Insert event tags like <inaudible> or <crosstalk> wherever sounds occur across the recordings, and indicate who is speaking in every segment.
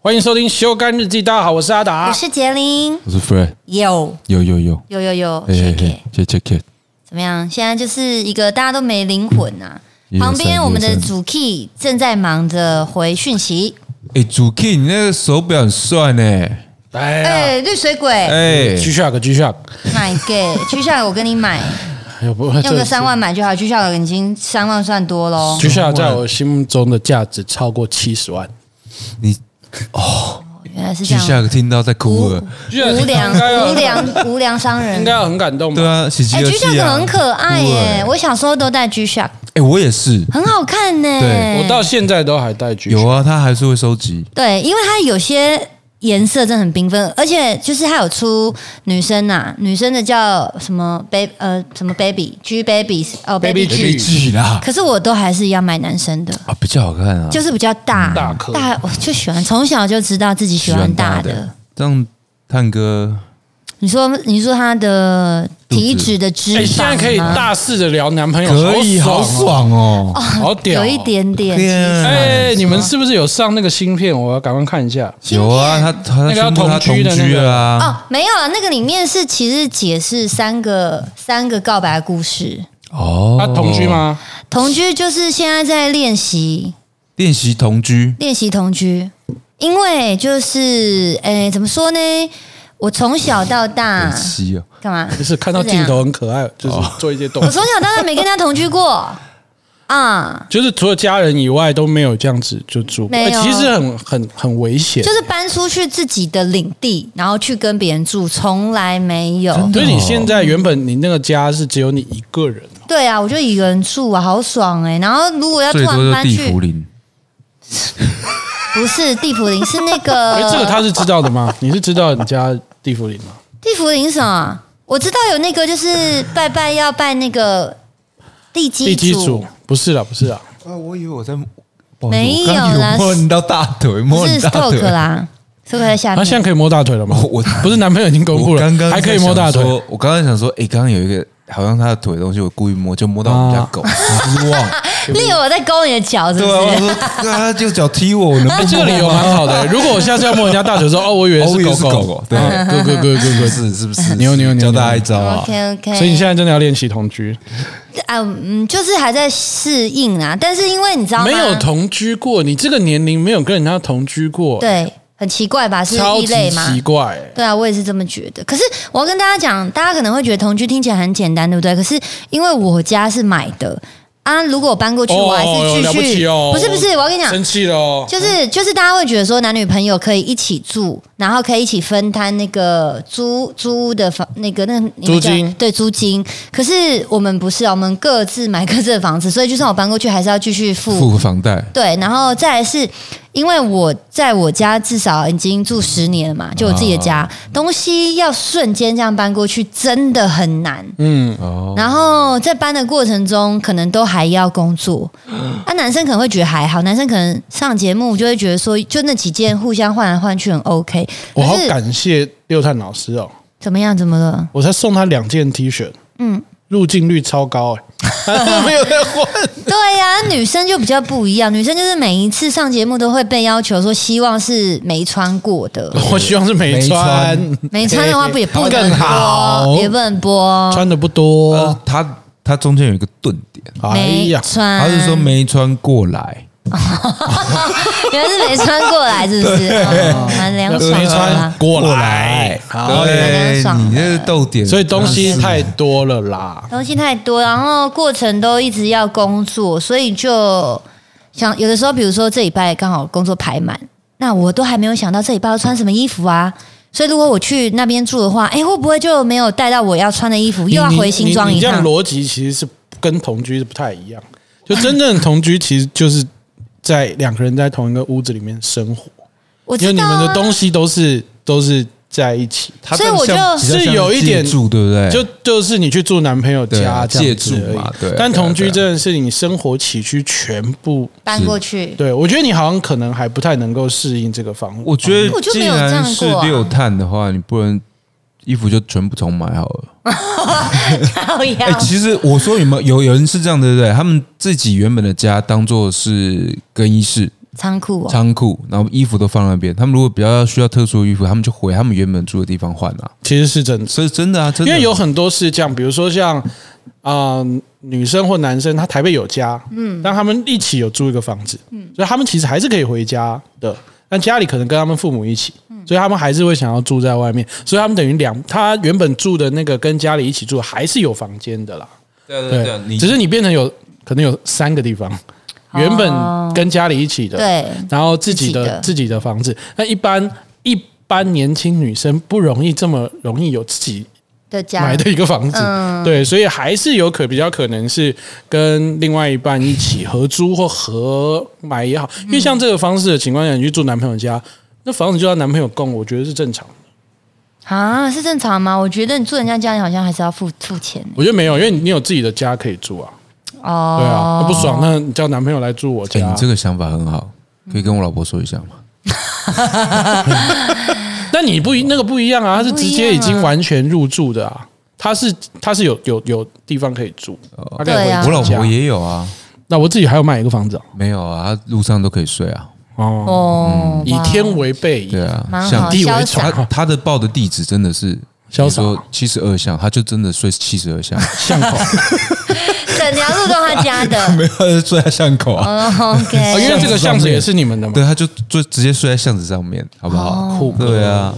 Speaker 1: 欢迎收听《修干日记》，大家好，我是阿达
Speaker 2: 我。是杰林，
Speaker 3: 我是 Fred，
Speaker 2: 有
Speaker 3: 有有哎
Speaker 2: 有
Speaker 3: 有，
Speaker 2: 有有
Speaker 3: 嘿嘿
Speaker 2: ，shake
Speaker 3: 嘿
Speaker 2: it，
Speaker 3: 谢谢 Kit，
Speaker 2: 怎么样？现在就是一个大家都没灵魂啊。
Speaker 3: 也有
Speaker 2: 旁边我们
Speaker 3: 声
Speaker 2: 的
Speaker 3: 音也有
Speaker 2: 主 key 正在忙着回讯息。
Speaker 3: 哎，主 K，你那个手表很帅呢，
Speaker 1: 哎呀，
Speaker 2: 哎，绿水鬼
Speaker 3: 哎，
Speaker 1: G Shock G Shock，
Speaker 2: 买给 G Shock，我跟你
Speaker 1: <laughs>
Speaker 2: 买，
Speaker 1: 哎呦不，
Speaker 2: 用个三万买就好。G Shock 已经三万算多喽。
Speaker 1: G Shock 在我心目中的价值超过七十万。
Speaker 3: 你
Speaker 2: 原来是这
Speaker 3: 巨
Speaker 2: 样，
Speaker 3: 下听到在哭了，
Speaker 2: 无良无良无良商
Speaker 1: 应
Speaker 2: 人。
Speaker 1: 该很感动
Speaker 3: 对
Speaker 1: 吧？
Speaker 3: 啊，喜极
Speaker 2: 哎
Speaker 3: 而
Speaker 2: ，G
Speaker 3: 泣
Speaker 2: Shock
Speaker 3: 啊，
Speaker 2: 很可爱
Speaker 3: 哭
Speaker 2: 耶
Speaker 3: 哎，
Speaker 2: 我小时候都戴 G Shock，
Speaker 3: 哎，我也是，
Speaker 2: 很好看呢。
Speaker 3: 对
Speaker 1: 我到现在都还带 G
Speaker 3: 有
Speaker 1: Shock，
Speaker 3: 啊，他还是会收集，
Speaker 2: 对，因为它有些颜色真的很缤纷，而且就是它有出女生呐、女生的叫什么 baby 呃什么 baby G babies 哦
Speaker 1: 哎 Baby G
Speaker 2: baby G，
Speaker 3: 记啦，
Speaker 2: 可是我都还是要买男生的，
Speaker 3: 啊，比较好看啊，
Speaker 2: 就是比较大
Speaker 1: 大颗
Speaker 2: 大，我就喜欢从小就知道自己喜欢大的。，
Speaker 3: 这样探哥
Speaker 2: 你说你说他的体
Speaker 3: 肚子
Speaker 2: 脂的脂肪啊
Speaker 1: 哎，现在可以
Speaker 2: 吗
Speaker 1: 大肆的聊男朋友，
Speaker 3: 可以，
Speaker 1: 好
Speaker 3: 好
Speaker 1: 哦，
Speaker 3: 爽哦，
Speaker 1: 好屌，
Speaker 2: 有一。点点。
Speaker 3: 对啊
Speaker 1: 哎，你们是不是有上那个芯片？我要赶快看一下。
Speaker 2: 芯片
Speaker 3: 有啊，他他
Speaker 1: 那个要
Speaker 3: 宣布他
Speaker 1: 同
Speaker 3: 同
Speaker 1: 居的那
Speaker 3: 居
Speaker 1: 个
Speaker 3: 了啊，
Speaker 2: 哦，没有啊，那个里面是其实解释三个三个告白故事。
Speaker 3: 哦，
Speaker 1: 他同居？吗？
Speaker 2: 同居就是现在在练习，
Speaker 3: 练习同居，
Speaker 2: 练习同居，因为就是诶，怎么说呢？我从小到大
Speaker 3: 练习哦，
Speaker 2: 干嘛？
Speaker 1: 不是，看到
Speaker 2: 是这样
Speaker 1: 镜头很可爱，就是啊做一些动
Speaker 2: 我
Speaker 1: 作，
Speaker 2: 从小到大没跟他同居过啊，
Speaker 1: 就是除了家人以外都没有这样子就住过。
Speaker 2: 没
Speaker 1: 哎
Speaker 2: 有
Speaker 1: 其实很很很危险
Speaker 2: 就。是搬出去自己的领地，然后去跟别人住，从来没有
Speaker 3: 真。的
Speaker 1: 所以你现在原本你那个家是只有你一个人哦，
Speaker 2: 对啊，我就一个人住啊，好爽哎、然后如果要突
Speaker 3: 最多
Speaker 2: 然
Speaker 3: 就
Speaker 2: 搬
Speaker 3: 地
Speaker 2: 去
Speaker 3: 茯，苓。
Speaker 2: 不是地府林，是那个
Speaker 1: <laughs> 哎，这个他是知道的
Speaker 2: <laughs>
Speaker 1: 吗？你是知道你家地府林吗？
Speaker 2: 地府林什么？我知道有那个就是拜拜要拜那个地基
Speaker 1: 地基
Speaker 2: 主
Speaker 1: 主不是啦，不是啦，
Speaker 3: 啊，我以为我在，不好意思
Speaker 2: 没有啦
Speaker 3: 我刚以为摸你到大腿，
Speaker 2: 不
Speaker 3: 摸
Speaker 2: 是
Speaker 3: 你大腿
Speaker 2: Stoke。啦，Stoke 在下
Speaker 1: 他
Speaker 2: 面。
Speaker 1: 现在可以摸大腿了
Speaker 2: <laughs>
Speaker 1: 吗？
Speaker 3: <laughs> 我
Speaker 1: 不是男朋友已经公布
Speaker 3: 我
Speaker 1: 了，
Speaker 3: 刚刚
Speaker 1: 还可以
Speaker 3: 在想
Speaker 1: 摸大腿。
Speaker 3: 说我刚刚想说，哎，刚刚有一个好像他的腿的东西，我故意摸，就摸到我们家
Speaker 1: 啊
Speaker 3: 狗，失望。
Speaker 2: 那个我在勾你的脚，是不
Speaker 3: <laughs> 对啊，我
Speaker 2: 是？
Speaker 3: 说他就脚踢我，我能
Speaker 1: <laughs> 哎，
Speaker 3: 不
Speaker 1: 这个理由蛮好的、如果我下次要摸人家大腿说，哦，我以为
Speaker 3: 哦哦我
Speaker 1: 是
Speaker 3: 以为
Speaker 1: 狗
Speaker 3: 是
Speaker 1: 狗，
Speaker 3: 狗狗对
Speaker 1: 嗯狗狗狗
Speaker 2: <laughs>
Speaker 1: 狗
Speaker 3: 是
Speaker 1: 狗
Speaker 3: 不。是？是不是？
Speaker 1: 牛牛牛
Speaker 3: 教大家一招啊！
Speaker 2: OK OK，
Speaker 1: 所以你现在真的要练习同居？
Speaker 2: 在啊，嗯，就是还在适应啊，但是因为你知道吗？
Speaker 1: 没有同居过，你这个年龄没有跟人家同居过，
Speaker 2: 对，很奇怪吧？是
Speaker 1: 超
Speaker 2: 异类
Speaker 1: 级
Speaker 2: 嘛？
Speaker 1: 奇怪、
Speaker 2: 对啊，我也是这么觉得。可是我要跟大家讲，大家可能会觉得同居听起来很简单，对不对？可是因为我家是买的啊，如果我搬过去，
Speaker 1: 哦
Speaker 2: 我还是
Speaker 1: 了不
Speaker 2: 继
Speaker 1: 起
Speaker 2: 续。
Speaker 1: 哦
Speaker 2: 不是不是，我要跟你讲，
Speaker 1: 生气了哦，
Speaker 2: 就是就是大家会觉得说男女朋友可以一起住，然后可以一起分摊那个租租屋的房那个那个你们叫
Speaker 1: 租金
Speaker 2: 对租金。可是我们不是啊，我们各自买各自的房子，所以就算我搬过去，还是要继续付。
Speaker 3: 付房贷，
Speaker 2: 对，然后再来是因为我在我家至少已经住十年了嘛，就我自己的
Speaker 1: 啊
Speaker 2: 家，东西要瞬间这样搬过去真的很难。
Speaker 1: 嗯，
Speaker 2: 然后在搬的过程中，可能都还要
Speaker 1: <gasps>
Speaker 2: 工作。那、男生可能会觉得还好，男生可能上节目就会觉得说，就那几件互相换来换去很 OK。
Speaker 1: 我好
Speaker 2: 可是
Speaker 1: 感谢六探老师哦，
Speaker 2: 怎么样？怎
Speaker 1: <laughs>
Speaker 2: 么了？
Speaker 1: 我才送他两件 T 恤，嗯，入境率超高
Speaker 2: <laughs>
Speaker 1: 哎、没有在换，
Speaker 2: 对呀、女生就比较不一样，女生就是每一次上节目都会被要求说，希望是没穿过的，
Speaker 1: 我希望是没
Speaker 3: 没
Speaker 1: 穿，哎
Speaker 3: 穿
Speaker 2: 没穿的话不也不能
Speaker 1: 更好嗯
Speaker 2: 播，，也不能播，
Speaker 1: 穿的不多，
Speaker 3: 呃，他他中间有一个顿点，
Speaker 1: 哎
Speaker 2: 没
Speaker 1: 呀，
Speaker 2: 穿，
Speaker 3: 他是说没穿过来，
Speaker 2: 原来是没穿过来，是不
Speaker 1: <laughs>
Speaker 2: 是？哦蛮凉
Speaker 1: 要
Speaker 2: 爽
Speaker 1: 没
Speaker 2: 的
Speaker 1: 穿
Speaker 2: 啦。
Speaker 1: 过
Speaker 3: 过
Speaker 1: 来，
Speaker 2: 哦
Speaker 1: 好
Speaker 3: 对，你这是逗点，
Speaker 1: 啊
Speaker 3: 嗯
Speaker 1: 所以东西太多了啦。
Speaker 2: 东西太多，然后过程都一直要工作，所以就想有的时候，比如说这礼拜刚好工作排满，那我都还没有想到这礼拜要穿什么衣服啊。所以如果我去那边住的话，哎，会不会就没有带到我要穿的衣服，又要回新
Speaker 1: 你
Speaker 2: 装
Speaker 1: 你你
Speaker 2: 一
Speaker 1: 这样
Speaker 2: 趟？
Speaker 1: 逻辑其实是跟同居是不太一样。就真正的同居，其实就是在两个人在同一个屋子里面生活，
Speaker 2: 我
Speaker 1: 因为
Speaker 2: 知
Speaker 1: 你
Speaker 2: 道、
Speaker 1: 们的
Speaker 2: 啊，
Speaker 1: 东西都是都是在一起。
Speaker 3: 他
Speaker 2: 所以我就
Speaker 1: 是有一点
Speaker 3: 住，对不对？
Speaker 1: 就就是你去住男朋友
Speaker 3: 对
Speaker 1: 家
Speaker 3: 啊
Speaker 1: 这样子
Speaker 3: 借住
Speaker 1: 而已
Speaker 3: 嘛对啊
Speaker 1: 但
Speaker 3: 对啊
Speaker 1: 同居
Speaker 3: 对啊
Speaker 1: 真的是你生活起居全部。
Speaker 2: 搬过去，
Speaker 1: 对，我觉得你好像可能还不太能够适应这个方
Speaker 3: 我觉
Speaker 2: 我
Speaker 3: 得，
Speaker 2: 就
Speaker 3: 既
Speaker 2: 没有这样
Speaker 3: 然
Speaker 2: 过啊
Speaker 3: 是六碳的话，你不能衣服就全部重买好了。
Speaker 2: 好 <laughs>
Speaker 3: 哎、
Speaker 2: 呀，
Speaker 3: 其实我说有没有有有人是这样，对不对？他们自己原本的家当做是更衣室，
Speaker 2: 仓库哦，
Speaker 3: 仓库，然后衣服都放那边。他们如果比较需要特殊的衣服，他们就回他们原本住的地方换啊。
Speaker 1: 其实是真的。
Speaker 3: 所以真的啊，真的
Speaker 1: 因为有很多是这样，比如说像啊、呃女生或男生，他台北有家，嗯，但他们一起有租一个房子，嗯，所以他们其实还是可以回家的，但家里可能跟他们父母一起，所以他们还是会想要住在外面，所以他们等于两他原本住的那个跟家里一起住还是有房间的啦，
Speaker 3: 对啊对啊对
Speaker 1: 对
Speaker 3: 啊，，你
Speaker 1: 只是你变成有可能有三个地方，原本跟家里一起的，
Speaker 2: 对，
Speaker 1: 然后自己的自己的房子，那一般一般年轻女生不容易这么容易有自己
Speaker 2: 的家
Speaker 1: 买的一个房子，
Speaker 2: 嗯
Speaker 1: <laughs> 对，所以还是有可比较可能是跟另外一半一起合租或合买也好，因为像这个方式的情况下，你去住男朋友家，那房子就要男朋友供，我觉得是正常的。
Speaker 2: 啊，是正常吗？我觉得你住人家家里好像还是要付付钱
Speaker 1: 我觉得没有，因为你有自己的家可以住啊，
Speaker 2: 哦。
Speaker 1: 对啊，那不爽，那你叫男朋友来住我
Speaker 3: 哎、
Speaker 1: 家
Speaker 3: 你。这个想法很好，可以跟我老婆说一下吗？
Speaker 1: 但你不一那个不一样啊，他是直接已
Speaker 2: 不一样
Speaker 1: 经
Speaker 2: 啊
Speaker 1: 完全入住的啊，他是他是有有有地方可以住，他可以
Speaker 2: 对
Speaker 1: 回
Speaker 2: 啊
Speaker 3: 哦我老
Speaker 1: 家
Speaker 3: 婆。也有啊，
Speaker 1: 那我自己还要买一个房子啊
Speaker 3: 没有啊，她路上都可以睡啊。
Speaker 1: 哦，
Speaker 2: 哦，
Speaker 1: 以
Speaker 2: 哇
Speaker 1: 天为被，以
Speaker 3: 对啊
Speaker 2: 蛮，
Speaker 3: 像
Speaker 2: 好，
Speaker 1: 地为
Speaker 2: 潇
Speaker 1: 重 <laughs>
Speaker 2: 洒
Speaker 3: 她她的报的地址真的是。
Speaker 1: 潇洒
Speaker 3: 七十二巷，她就真的睡七十二巷，
Speaker 1: 巷口。
Speaker 2: 整条路都他家的。
Speaker 3: <laughs> 没有她就睡在巷口啊。
Speaker 1: <laughs> 哦，
Speaker 2: 哦
Speaker 1: 因
Speaker 2: ，OK，
Speaker 1: 为这个巷子也是你们的嘛。
Speaker 3: 对，啊她就就直接睡在巷子上面，好不好？
Speaker 2: 哦
Speaker 1: 酷
Speaker 3: 对啊，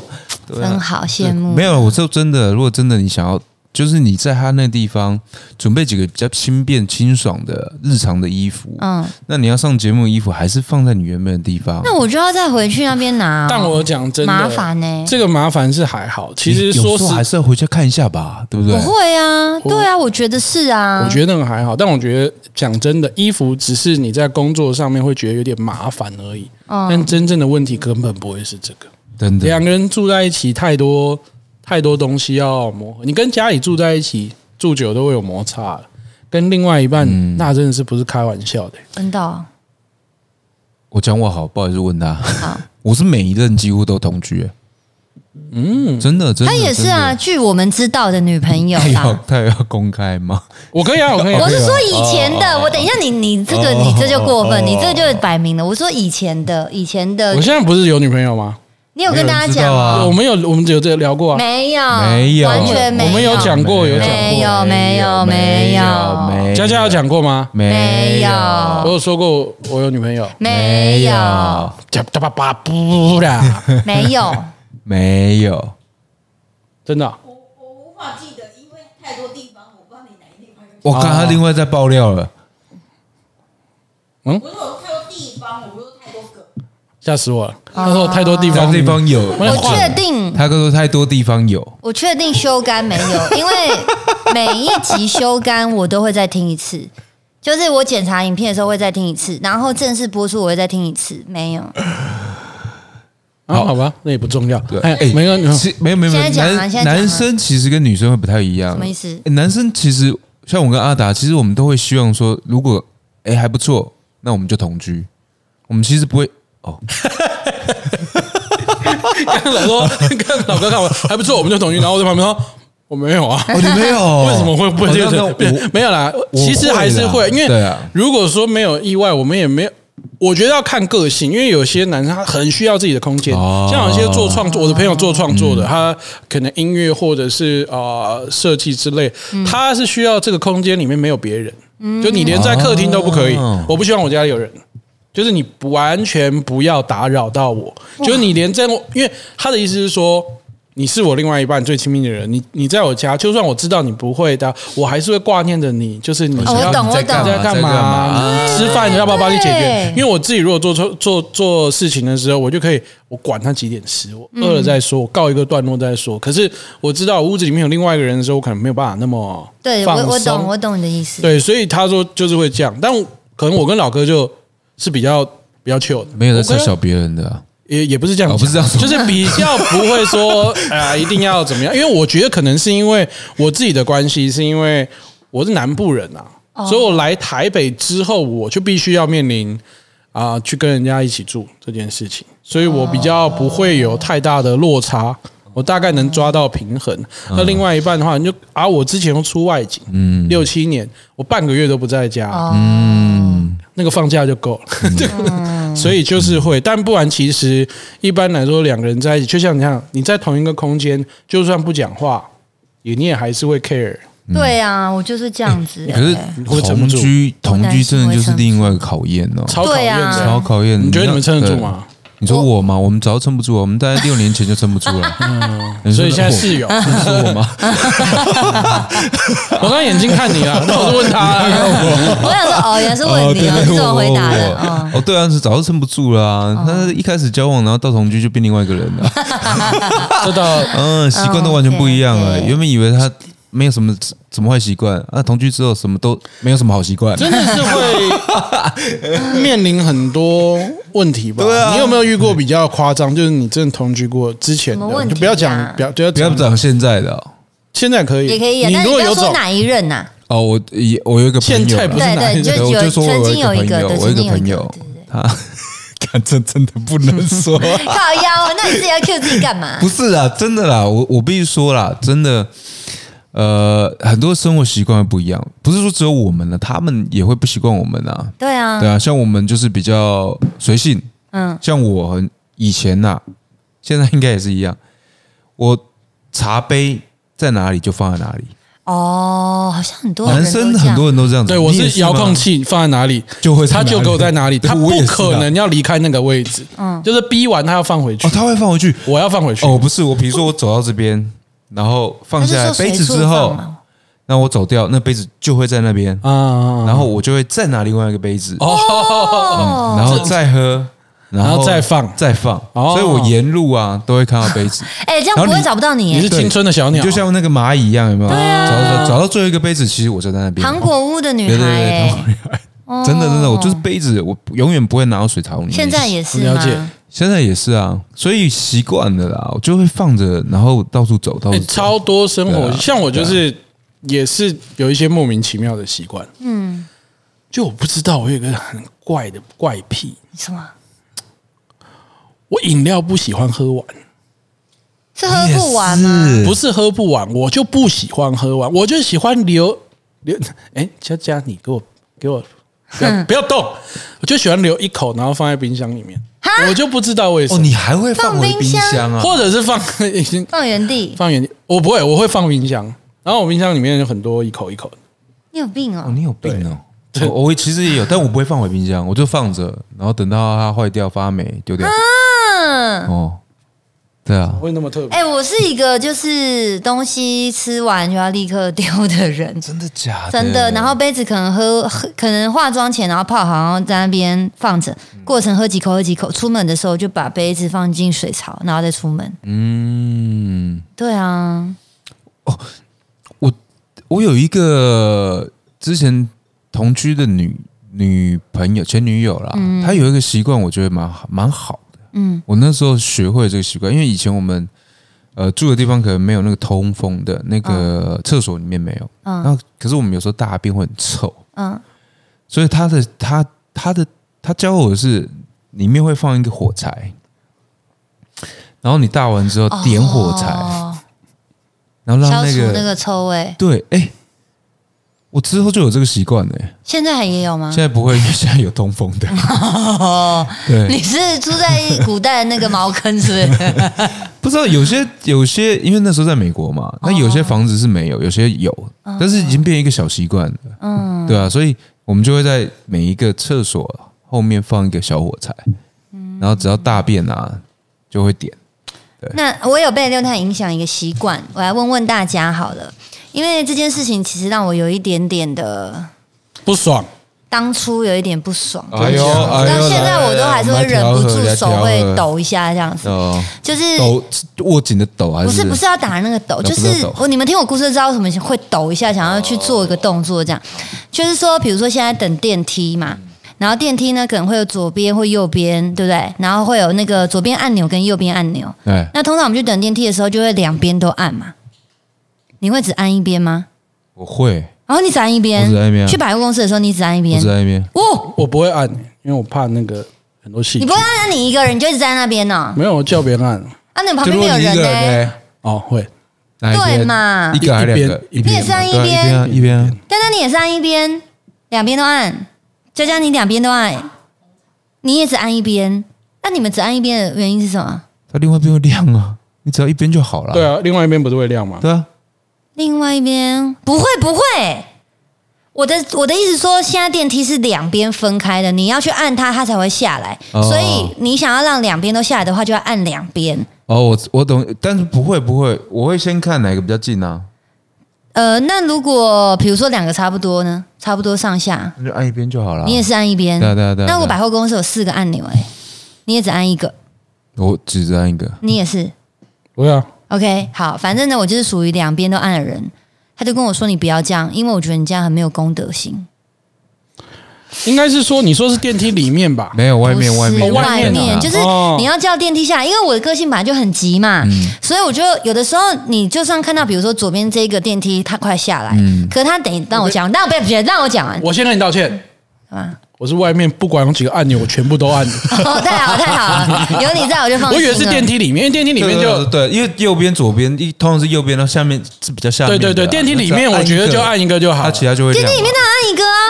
Speaker 3: 对啊
Speaker 2: 真，好羡慕。
Speaker 3: 没有，我就真的，如果真的你想要，就是你在他那地方准备几个比较轻便、清爽的日常的衣服，
Speaker 2: 嗯，
Speaker 3: 那你要上节目的衣服还是放在你原本的地方。
Speaker 2: 那我就要再回去那边拿哦。
Speaker 1: 但我讲真的，
Speaker 2: 麻烦欸呢，
Speaker 1: 这个麻烦是还好，其
Speaker 3: 你
Speaker 1: 实
Speaker 3: 有
Speaker 1: 说
Speaker 3: 时
Speaker 1: 实
Speaker 3: 候，还是要回家看一下吧，对不对
Speaker 2: 我？会啊，对啊，我觉得是啊。
Speaker 1: 我觉得那个还好，但我觉得讲真的，衣服只是你在工作上面会觉得有点麻烦而已，
Speaker 2: 嗯
Speaker 1: 但真正的问题根本不会是这个。
Speaker 3: 真的，
Speaker 1: 两个人住在一起，太多太多东西要磨合。你跟家里住在一起住久都会有摩擦了，跟另外一半、那真的是不是开玩笑的、
Speaker 2: 真的哦
Speaker 3: 我讲我好，不好意思问他
Speaker 1: <laughs>
Speaker 2: 好，
Speaker 3: 我是每一任几乎都同居、欸嗯，真的，真的，
Speaker 2: 她也是啊，
Speaker 3: 真的。
Speaker 2: 据我们知道的女朋友
Speaker 3: 他要
Speaker 2: 啦。
Speaker 3: 他要公开吗？
Speaker 1: 我可以啊，我可以、啊
Speaker 2: 我。是说以前
Speaker 1: 哦
Speaker 2: 的，我等一下你你这个你这就过分，
Speaker 3: 哦
Speaker 2: 你这就摆明了。我说以前的以前的
Speaker 1: 我，现在不是有女朋友吗？
Speaker 2: 你有跟大家
Speaker 3: 没有人知道
Speaker 2: 讲
Speaker 3: 啊
Speaker 2: 吗？
Speaker 1: 我们有我们有这个聊过啊，
Speaker 2: 没有，
Speaker 3: 没有
Speaker 2: 完全没有。
Speaker 1: 我们有讲过有讲过
Speaker 2: 没有没有
Speaker 3: 没
Speaker 2: 没有
Speaker 3: 有，没
Speaker 1: 佳佳有讲过吗？
Speaker 3: 没
Speaker 2: 没
Speaker 3: 有
Speaker 2: 有，
Speaker 1: 我有说过我有女朋友，
Speaker 2: 没有，
Speaker 1: 加加巴巴不啦，
Speaker 2: 没有，
Speaker 3: 没有，
Speaker 1: 真的啊、
Speaker 4: 我我无法记得，因为太多地方，我不知道你哪一地方有讲。
Speaker 3: 我看他另外在爆料了。
Speaker 4: 我说我太多地方，我说太多个。
Speaker 1: 吓死我了！那时候太多地
Speaker 3: 他
Speaker 1: 方，
Speaker 3: 地方有，
Speaker 1: 哦我
Speaker 2: 我
Speaker 1: <laughs> 换
Speaker 2: 确定，
Speaker 3: 他哥说太多地方有，
Speaker 2: 我确定修干没
Speaker 3: <laughs>
Speaker 2: 有，因为每一集修干我都会再听一次，就是我检查影片的时候会再听一次，然后正式播出我会再听一次，没有。
Speaker 1: 啊，好吧，那也不重要。哎
Speaker 3: 哎，，
Speaker 1: 没关系，
Speaker 3: 系，没有没有没
Speaker 2: 现
Speaker 3: 有，
Speaker 2: 在讲啊
Speaker 3: 男
Speaker 2: 现在讲啊
Speaker 3: 男生其实跟女生会不太一样，
Speaker 2: 什么意思
Speaker 3: 哎男生其实像我跟阿达，其实我们都会希望说，如果哎还不错，那我们就同居。我们其实不会哦，
Speaker 1: 跟 <laughs> 老哥跟老哥看完还不错，我们就同意。然后我在旁边说我没有啊，
Speaker 3: 哦你没有，
Speaker 1: 为什么会不会
Speaker 3: 哦那那
Speaker 1: 变
Speaker 3: 我
Speaker 1: 没有啦？
Speaker 3: 我
Speaker 1: 其实还是
Speaker 3: 会
Speaker 1: 会，
Speaker 3: 啦
Speaker 1: 因
Speaker 3: 对
Speaker 1: 为
Speaker 3: 啊
Speaker 1: 如果说没有意外，我们也没有。我觉得要看个性，因为有些男生他很需要自己的空间，
Speaker 3: 哦嗯
Speaker 1: 像有些做创作，我的朋友做创作的，他可能音乐或者是啊设计之类，
Speaker 3: 嗯
Speaker 1: 他是需要这个空间里面没有别人，就你连在客厅都不可以
Speaker 3: 哦，
Speaker 1: 我不希望我家里有人。就是你完全不要打扰到我，就是你连在我，因为他的意思是说，你是我另外一半最亲密的人，你你在我家，就算我知道你不会的，我还是会挂念着你，就是你
Speaker 2: 哦我懂
Speaker 3: 你在干嘛啊
Speaker 2: 我
Speaker 1: 在干嘛？吃饭要不要帮你解决
Speaker 2: 对？
Speaker 1: 因为我自己如果做错做做事情的时候，我就可以，我管他几点吃，我
Speaker 2: 嗯
Speaker 1: 饿了再说，我告一个段落再说。可是我知道屋子里面有另外一个人的时候，我可能没有办法那么
Speaker 2: 对我
Speaker 1: 放
Speaker 2: 我
Speaker 1: 松
Speaker 2: 懂我懂你的意思。
Speaker 1: 对，所以他说就是会这样，但我可能我跟老哥就是比较比较 chill 的，
Speaker 3: 没有在
Speaker 1: 我跟
Speaker 3: 嘲笑别人的啊？
Speaker 1: 也也不是这样
Speaker 3: 哦
Speaker 1: 讲，啊
Speaker 3: 不是这样说
Speaker 1: 就是比较不会
Speaker 3: <laughs>
Speaker 1: 说啊、一定要怎么样，因为我觉得可能是因为我自己的关系，是因为我是南部人啊，所以我来台北之后，我就必须要面临啊、去跟人家一起住这件事情，所以我比较不会有太大的落差。我大概能抓到平衡。
Speaker 3: 嗯
Speaker 1: 那另外一半的话，你就啊，我之前又出外景，嗯，六七年，我半个月都不在家，
Speaker 2: 哦，
Speaker 1: 嗯，那个放假就够了。所以就是
Speaker 3: 嗯
Speaker 1: 会，但不然其实一般来说，两个人在一起，就像你看，你在同一个空间，就算不讲话，也你也还是会 care。
Speaker 2: 对啊，我就是这样子、
Speaker 3: 可是
Speaker 2: 哎
Speaker 1: 会撑不
Speaker 3: 同
Speaker 1: 住
Speaker 3: 居同居真的就是另外一个考验哦，
Speaker 1: 超讨厌
Speaker 2: 对啊
Speaker 1: 的
Speaker 3: 超。考验。呃
Speaker 1: 你觉得你们撑得住
Speaker 3: 对？
Speaker 1: 吗？
Speaker 3: 你说我吗？我们早就撑不住了，我们大概六年前就撑不住了。
Speaker 1: <laughs>
Speaker 3: 你说
Speaker 1: 所以现在室友，
Speaker 3: 我你说我吗？
Speaker 1: <laughs> 我刚眼睛看你啊，那我就问他啊，
Speaker 2: 我想说，
Speaker 3: <laughs>
Speaker 2: 哦，原来是问你，哦，
Speaker 3: 哦对对
Speaker 2: 你这么
Speaker 3: 我
Speaker 2: 回答的
Speaker 3: 我
Speaker 2: 哦。
Speaker 3: 哦，对啊，是早就撑不住了啊。那一开始交往，然后到同居就变另外一个人
Speaker 2: <laughs>
Speaker 3: 了。
Speaker 1: 这倒
Speaker 3: 嗯，习惯都完全不一样了。
Speaker 2: 哦 OK，OK
Speaker 3: 原本以为他没有什么什么坏习惯，啊，同居之后什么都没有什么好习惯。
Speaker 1: 真的是会面临很多问题吧？
Speaker 3: 啊
Speaker 1: 你有没有遇过比较夸张？就是你真的同居过之前
Speaker 2: 什么
Speaker 1: 的，
Speaker 2: 问题啊
Speaker 1: 就不要讲，不要不要
Speaker 3: 不要
Speaker 1: 讲，
Speaker 3: 找现在的哦
Speaker 1: 现在可以，
Speaker 2: 也可以啊，
Speaker 1: 你
Speaker 2: 但
Speaker 1: 如
Speaker 2: 你
Speaker 1: 果
Speaker 2: 不要
Speaker 1: 有
Speaker 2: 说
Speaker 1: 种，
Speaker 2: 哪一任呐、
Speaker 3: 哦，我也我有一个朋友啦，
Speaker 1: 现在不是
Speaker 2: 对对，你
Speaker 3: 对
Speaker 2: 就
Speaker 3: 我就说
Speaker 2: 曾
Speaker 3: 我
Speaker 2: 经有
Speaker 3: 有
Speaker 2: 一
Speaker 3: 一
Speaker 2: 个，
Speaker 3: 个
Speaker 2: 对，
Speaker 3: 朋友，我
Speaker 2: 曾
Speaker 3: 有一
Speaker 2: 经
Speaker 3: 个
Speaker 2: 有一
Speaker 3: 朋
Speaker 2: 个，
Speaker 3: 友，他 <laughs> 看这真的不能说啊、
Speaker 2: 对靠腰，那你自己要 Q 自己干嘛？
Speaker 3: 不是啦，真的啦，我我必须说啦，真的，呃，很多生活习惯不一样，不是说只有我们了，他们也会不习惯我们啊。
Speaker 2: 对啊
Speaker 3: 对，啊，像我们就是比较随性，
Speaker 2: 嗯，
Speaker 3: 像我很以前呐、现在应该也是一样，我茶杯在哪里就放在哪里，
Speaker 2: 哦，好像很多
Speaker 3: 男
Speaker 2: 人都
Speaker 3: 生
Speaker 2: 这
Speaker 3: 很
Speaker 2: 样
Speaker 3: 多人都这样子，
Speaker 1: 对我
Speaker 3: 你也
Speaker 1: 是遥
Speaker 3: 吗
Speaker 1: 控器放在哪里，
Speaker 3: 就会在
Speaker 1: 它
Speaker 3: 哪里
Speaker 1: 就给我在哪里，
Speaker 3: 对
Speaker 1: 它
Speaker 3: <laughs> 我也
Speaker 1: 不
Speaker 3: 是啊
Speaker 1: 可能要离开那个位置，嗯，就是逼完它要放回去
Speaker 3: 哦，，他会放回去，
Speaker 1: 我要放回去，
Speaker 3: 哦，不是，我比如说我走到这边，然后放
Speaker 2: 他是
Speaker 3: 下来
Speaker 2: 说
Speaker 3: 杯
Speaker 2: 随
Speaker 3: 子
Speaker 2: 处
Speaker 3: 之后
Speaker 2: 放，嘛
Speaker 3: 那我走掉，那杯子就会在那边，
Speaker 1: 啊，
Speaker 3: 然后我就会再拿另外一个杯子，
Speaker 1: 哦，
Speaker 3: 然后再喝，然
Speaker 1: 然
Speaker 3: 后
Speaker 1: 后再放
Speaker 3: 再放，
Speaker 1: 哦
Speaker 3: 所以我沿路啊都会看到杯子，
Speaker 2: 哎，这样
Speaker 3: 然后
Speaker 2: 不会
Speaker 3: 你
Speaker 2: 找不到你
Speaker 1: 你是
Speaker 2: 耶。
Speaker 1: <laughs> 青春的小
Speaker 3: 你
Speaker 1: 鸟，
Speaker 3: 就像那个蚂蚁一样，有没有？找到找到最后一个杯子，其实我就在那边。
Speaker 2: 啊糖果屋的女
Speaker 3: 对对
Speaker 2: 孩哎
Speaker 3: 对，糖
Speaker 2: 耶，
Speaker 3: 果
Speaker 2: 哦
Speaker 3: 真的真的，我就是杯子，我永远不会拿到水槽里面。
Speaker 2: 现在也是
Speaker 1: 了
Speaker 2: 吗？
Speaker 1: 解
Speaker 3: 现在也是啊，所以习惯了啦，我就会放着，然后到处走，到
Speaker 1: 哎
Speaker 3: 处走
Speaker 1: 超多生
Speaker 3: 哦啊对
Speaker 1: 活
Speaker 3: 啊，
Speaker 1: 像我就是也是有一些莫名其妙的习惯，嗯，就我不知道我有一个很怪的怪癖，
Speaker 2: 什么？
Speaker 1: 我饮料不喜欢喝完，
Speaker 2: 是喝不完啊吗？
Speaker 3: 也是
Speaker 1: 不是喝不完，我就不喜欢喝完，我就喜欢留留。 <laughs> 哎，佳佳，你给我给我不
Speaker 2: 嗯
Speaker 1: 要不要动，我就喜欢留一口，然后放在冰箱里面，我就不知道为什
Speaker 3: 哦，
Speaker 1: 么，
Speaker 3: 你还会放回冰箱啊？
Speaker 1: 或者是放已经
Speaker 2: 放原地，
Speaker 1: 放远，我不会，我会放冰箱，然后我冰箱里面有很多一口一口的。
Speaker 2: 你有病哦
Speaker 3: 哦，！你有病哦！我我其实也有，但我不会放回冰箱，我就放着，然后等到它坏掉发霉丢
Speaker 2: 啊
Speaker 3: 掉。
Speaker 2: 嗯，
Speaker 3: 哦，对啊，
Speaker 1: 会那么特别？
Speaker 2: 哎、我是一个就是东西吃完就要立刻丢的人，
Speaker 3: 真的假的？
Speaker 2: 真的。然后杯子可能喝，喝可能化妆前然后泡好，然后在那边放着，过程喝几口喝几口，出门的时候就把杯子放进水槽，然后再出门。
Speaker 3: 嗯，
Speaker 2: 对啊，
Speaker 3: 我有一个之前同居的女女朋友前女友啦，她有一个习惯，我觉得蛮好蛮好的。嗯，我那时候学会这个习惯，因为以前我们呃住的地方可能没有那个通风的那个厕所里面没有，嗯，然后可是我们有时候大便会很臭，
Speaker 2: 嗯，
Speaker 3: 所以他的他他的他教我的是里面会放一个火柴，然后你大完之后点火柴，
Speaker 2: 哦
Speaker 3: 然后让
Speaker 2: 消
Speaker 3: 那
Speaker 2: 除
Speaker 3: 个
Speaker 2: 那个臭味。
Speaker 3: 对，哎、我之后就有这个习惯了、哎
Speaker 2: 现在还也有吗
Speaker 3: 现？在不会，因为现在有通风的。对，
Speaker 2: <laughs> 你是住在古代那个茅坑是
Speaker 3: <laughs>
Speaker 2: 不是？
Speaker 3: 不知道有些有些，因为那时候在美国嘛，那有些房子是没有，有些有，但是已经变一个小习惯了。嗯，对啊，所以我们就会在每一个厕所后面放一个小火柴，然后只要大便啊就会点。
Speaker 2: 那我有被六探影响一个习惯，我来问问大家好了，因为这件事情其实让我有一点点的，
Speaker 1: 不爽，
Speaker 2: 当初有一点不爽，
Speaker 3: 哎呦，哎呦
Speaker 2: 到现在我都还是会忍不住手会。抖一下这样子，
Speaker 3: 哦，
Speaker 2: 就是
Speaker 3: 抖握紧的抖还
Speaker 2: 不
Speaker 3: 是
Speaker 2: 是不是要打那个抖，
Speaker 3: 那
Speaker 2: 就
Speaker 3: 不是
Speaker 2: 是
Speaker 3: 抖
Speaker 2: 我你们听我故事知道为什么会抖一下，想要去做一个动作这样，
Speaker 3: 哦
Speaker 2: 就是说比如说现在等电梯嘛。然后电梯呢，可能会有左边或右边，对不对？然后会有那个左边按钮跟右边按钮。
Speaker 3: 哎，
Speaker 2: 那通常我们去等电梯的时候，就会两边都按嘛。你会只按一边吗？
Speaker 3: 我会，
Speaker 2: 然后你只按一边，
Speaker 3: 我只按一边啊
Speaker 2: 去百货公司的时候，你只按一
Speaker 3: 我
Speaker 2: 边。
Speaker 3: 在那边。
Speaker 2: 哦，
Speaker 1: 我不会按，因为我怕那个很多细
Speaker 2: 你
Speaker 1: 菌
Speaker 2: 不。会按，你一个人，你就一直站在那边呢、
Speaker 1: 没有，我叫别人按。
Speaker 2: 啊，你旁边没有人呢、
Speaker 1: 哦，会，
Speaker 3: 哪一边
Speaker 2: 对嘛
Speaker 3: 一个还是两个？
Speaker 1: 一边一边
Speaker 2: 你也是按一
Speaker 3: 对啊
Speaker 2: 边
Speaker 3: 一边啊，一边啊。
Speaker 2: 但那你也是按一边，两边都按，佳佳，你两边都爱，你也只按一边。那你们只按一边的原因是什么？
Speaker 3: 它另外一边会亮啊，你只要一边就好了。
Speaker 1: 对，啊，另外一边不是会亮吗？
Speaker 3: 对啊，
Speaker 2: 另外一边不会不会，我的我的意思说，现在电梯是两边分开的，你要去按它，它才会下来。
Speaker 3: 哦
Speaker 2: 所以你想要让两边都下来的话，就要按两边。
Speaker 3: 哦，我我懂，但是不会不会，我会先看哪个比较近啊，
Speaker 2: 呃，那如果比如说两个差不多呢，差不多上下，
Speaker 3: 那就按一边就好了。
Speaker 2: 你也是按一边。
Speaker 3: 啊对啊对啊对啊
Speaker 2: 那我
Speaker 3: 对啊
Speaker 2: 百货公司有四个按钮、欸，你也只按一个，
Speaker 3: 我只按一个，
Speaker 2: 你也是。
Speaker 1: 对啊，
Speaker 2: OK，好，反正呢，我就是属于两边都按的人。他就跟我说：“你不要这样，因为我觉得你这样很没有公德心。
Speaker 1: 应该是说你说是电梯里面吧？
Speaker 3: 没有外
Speaker 2: 不
Speaker 3: 面
Speaker 2: 是
Speaker 3: 外面
Speaker 1: 哦外
Speaker 2: 外
Speaker 1: 面啊
Speaker 2: 面就是
Speaker 1: 哦嗯
Speaker 2: 你要叫电梯下来，因为我的个性本来就很急嘛，所以我就有的时候你就算看到，比如说左边这个电梯它快下来，
Speaker 1: 嗯
Speaker 2: 可他得让我讲，让我别别让
Speaker 1: <laughs>
Speaker 2: 我讲完，
Speaker 1: 我先跟你道歉。
Speaker 2: 啊，
Speaker 1: 我是外面不管有几个按钮，我全部都
Speaker 2: <laughs>
Speaker 1: 按。
Speaker 2: 哦，太好了太好了，有你在我就放心了。
Speaker 1: 我以为是电梯里面，因为电梯里面就
Speaker 3: 对，因为右边左边一通常是右边，然后下面是比较下
Speaker 1: 对
Speaker 3: 面的啊。
Speaker 1: 对对，电梯里面我觉得就按一个就好
Speaker 3: 它
Speaker 1: 了。
Speaker 3: 其他就会
Speaker 2: 电梯里面
Speaker 3: 亮
Speaker 2: 当然按一个啊，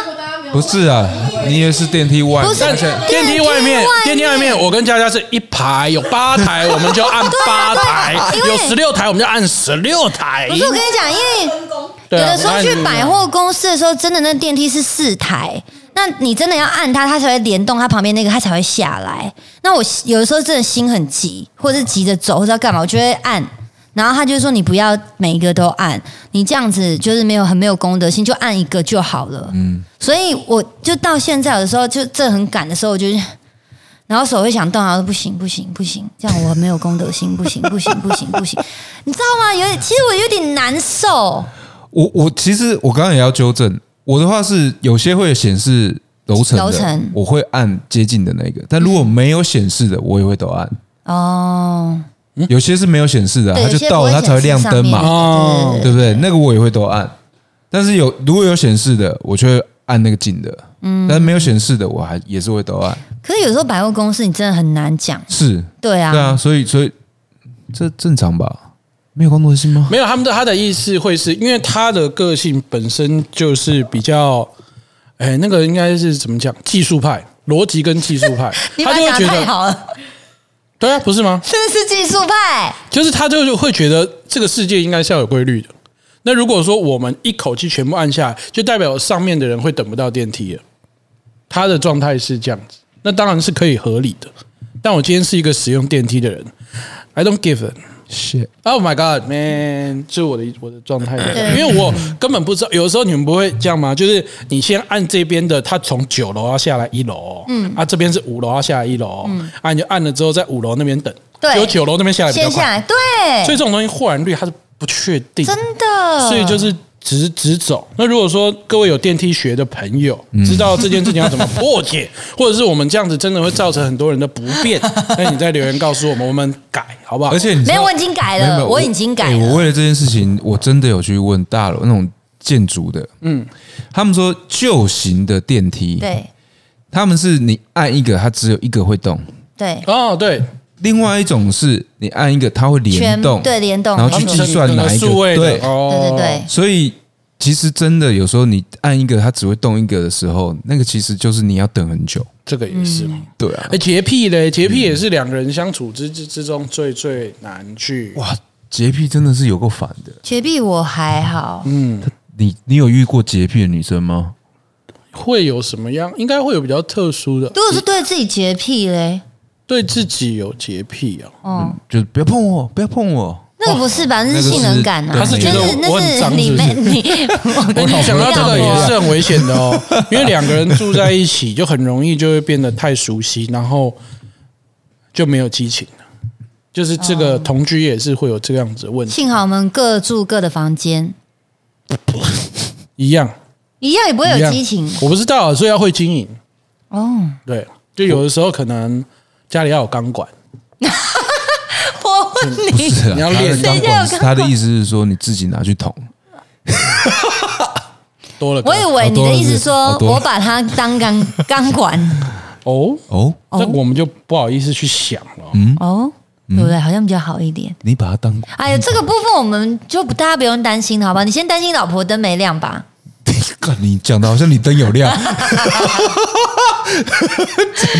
Speaker 3: 嘛不是啊，你也是电梯外，
Speaker 2: 不是
Speaker 3: 而且
Speaker 1: 电梯外面，电
Speaker 2: 啊电
Speaker 1: 梯
Speaker 2: 梯
Speaker 1: 外
Speaker 2: 外
Speaker 1: 面，
Speaker 2: 面
Speaker 1: 我跟佳佳是一排，有八台，我们就按八台；
Speaker 2: 对啊
Speaker 1: 有
Speaker 2: 因为
Speaker 1: 十六台，我们就按十六台。
Speaker 2: 不是我跟你讲，因为
Speaker 4: 分工，
Speaker 1: 对
Speaker 2: 有
Speaker 1: 啊
Speaker 2: 的时候去百，货公司的时候，真的那电梯是四台，那你真的要按它，它才会联动它旁边那个，它才会下来。那我有的时候真的心很急，或者是急着走，或者要干嘛，我就会按。然后他就说：“你不要每一个都按，你这样子就是没有很没有公德心，就按一个就好了。”嗯，所以我就到现在有的时候就这很赶的时候，我就是，然后手会想动，然后啊说不行不行不行，这样我没有公德心，不行不行不行不行，你知道吗？有点，其实我有点难受。
Speaker 3: 我我其实我刚刚也要纠正，我的话是有些会显示楼层的，
Speaker 2: 楼层嗯
Speaker 3: 我会按接近的那个，但如果没有显示的，我也会都按。
Speaker 2: 哦，
Speaker 3: 有些是没有显示的啊，
Speaker 2: 对，
Speaker 3: 它
Speaker 2: 有
Speaker 3: 就
Speaker 2: 些
Speaker 3: 到
Speaker 2: 不
Speaker 3: 了
Speaker 2: 会
Speaker 3: 它才会
Speaker 2: 显
Speaker 3: 亮
Speaker 2: 示
Speaker 3: 灯嘛，
Speaker 1: 哦
Speaker 2: 上面对对
Speaker 3: 对不对？那个我也会都按，但是有如果有显示的，我就会按那个近的，嗯，但是没有显示的，我还也是会都按。
Speaker 2: 可是有时候百货公司你真的很难讲，
Speaker 3: 是，
Speaker 2: 对啊，
Speaker 3: 对啊，所以所以这正常吧？没有工作心吗？
Speaker 1: 没有他们的他的意思会是因为他的个性本身就是比较，哎，那个应该是怎么讲？技术派，逻辑跟技术派
Speaker 2: <laughs> ，你
Speaker 1: 他
Speaker 2: 把
Speaker 1: 就会
Speaker 2: 讲
Speaker 1: 觉
Speaker 2: 的太
Speaker 1: 得，
Speaker 2: 好了，
Speaker 1: <laughs> 对啊，不是吗？
Speaker 2: 真的是技术派，
Speaker 1: 就是他就会觉得这个世界应该是要有规律的。那如果说我们一口气全部按下来，就代表上面的人会等不到电梯了。他的状态是这样子，那当然是可以合理的。但我今天是一个使用电梯的人，I don't give a
Speaker 3: shit，
Speaker 1: Oh my God, man！这是我的我的状态，因
Speaker 2: 对
Speaker 1: 为我根本不知道。有的时候你们不会这样吗？就是你先按这边的，他从九楼要下来一楼，嗯，啊这边是五楼要下来一楼，嗯，啊你就按了之后在五楼那边等，
Speaker 2: 对
Speaker 1: 有九楼那边下来比较
Speaker 2: 先
Speaker 1: 快
Speaker 2: 下，来，对，
Speaker 3: 哦
Speaker 1: 所以这种东西豁然率它是不确定的，
Speaker 2: 真的，
Speaker 1: 所以就是直直走。那如果说各位有电梯学的朋友，
Speaker 3: 嗯
Speaker 1: 知道这件事情要怎么破解， <laughs> 或者是我们这样子真的会造成很多人的不
Speaker 3: <laughs>
Speaker 1: 便，那你在留言告诉我们，我们改好不好？
Speaker 3: 而且你知
Speaker 2: 没
Speaker 3: 道
Speaker 2: 有，我已经改
Speaker 3: 没有没
Speaker 2: 了，
Speaker 3: 有
Speaker 2: 我已经改
Speaker 3: 哎
Speaker 2: 了，
Speaker 3: 我为了这件事情，我真的有去问大楼那种建筑的，嗯，他们说旧型的电梯，，
Speaker 2: 对
Speaker 3: 他们是你按一个，它只有一个会动；
Speaker 2: 对，
Speaker 1: 哦，对，
Speaker 3: 另外一种是你按一个，它会联
Speaker 2: 全
Speaker 3: 动，
Speaker 2: 对联动，
Speaker 3: 然后
Speaker 2: 没
Speaker 3: 去
Speaker 2: 错
Speaker 3: 计算哪一
Speaker 1: 数位
Speaker 3: 个，
Speaker 1: 的
Speaker 3: 对，
Speaker 2: 对
Speaker 1: 哦
Speaker 2: 对对，
Speaker 3: 所以。其实真的有时候你按一个，它只会动一个的时候，那个其实就是你要等很久。
Speaker 1: 这个也是。
Speaker 2: 嗯
Speaker 3: 对啊，
Speaker 1: 哎，洁癖嘞，洁癖也是两个人相处之之之中最最难去。
Speaker 3: 哇，洁癖真的是有够烦的。
Speaker 2: 洁癖我还好，
Speaker 1: 嗯
Speaker 3: 你你有遇过洁癖的女生吗？
Speaker 1: 会有什么样？应该会有比较特殊的，
Speaker 2: 如果是对自己洁癖嘞，
Speaker 1: 对自己有洁癖哦。
Speaker 2: 哦。
Speaker 3: 就是不要碰我，不要碰我。
Speaker 2: 那个不是吧？那
Speaker 3: 那
Speaker 2: 是
Speaker 3: 个是
Speaker 2: 性能感啊！
Speaker 3: 他是
Speaker 2: 就
Speaker 3: 觉
Speaker 1: 得我
Speaker 2: 是那
Speaker 1: 很脏
Speaker 2: 你
Speaker 1: 是不是
Speaker 2: 没
Speaker 1: <laughs>
Speaker 2: 你，
Speaker 1: 哎，你想到这个也
Speaker 2: 是
Speaker 1: 是很危险的哦， <laughs> 因为两个人住在一起，就很容易就会变得太熟悉，然后就没有激情了。就是这个同居也是会有这样子的问题，
Speaker 2: 幸好我们各住各的房间，
Speaker 1: 一样
Speaker 2: 一样也不会
Speaker 1: 一
Speaker 2: 有
Speaker 1: 样
Speaker 2: 激情
Speaker 1: 我不知道，所以要会经营。
Speaker 2: 哦。
Speaker 1: 对，就有的时候可能家里要有钢管，
Speaker 2: 我问
Speaker 3: 不
Speaker 2: 你，
Speaker 3: 是啊，
Speaker 1: 你要练
Speaker 3: 他的
Speaker 2: 谁叫
Speaker 3: 钢
Speaker 2: 我
Speaker 3: 管，
Speaker 2: 钢
Speaker 3: 他的意思是说你自己拿去捅。
Speaker 1: 多了个
Speaker 2: 我以为你的意思
Speaker 3: 好
Speaker 2: 说
Speaker 3: 多了
Speaker 2: 我把它当钢钢管
Speaker 1: 哦，
Speaker 3: 哦，
Speaker 1: 那我们就不好意思去想了。
Speaker 2: 哦，对不对？好像比较好一点。
Speaker 3: 你把它当
Speaker 2: 哎呀，这个部分我们就不大家不用担心了，好吧？你先担心老婆灯没亮吧。
Speaker 3: <laughs> 干你讲的好像你灯有亮， <laughs> 讲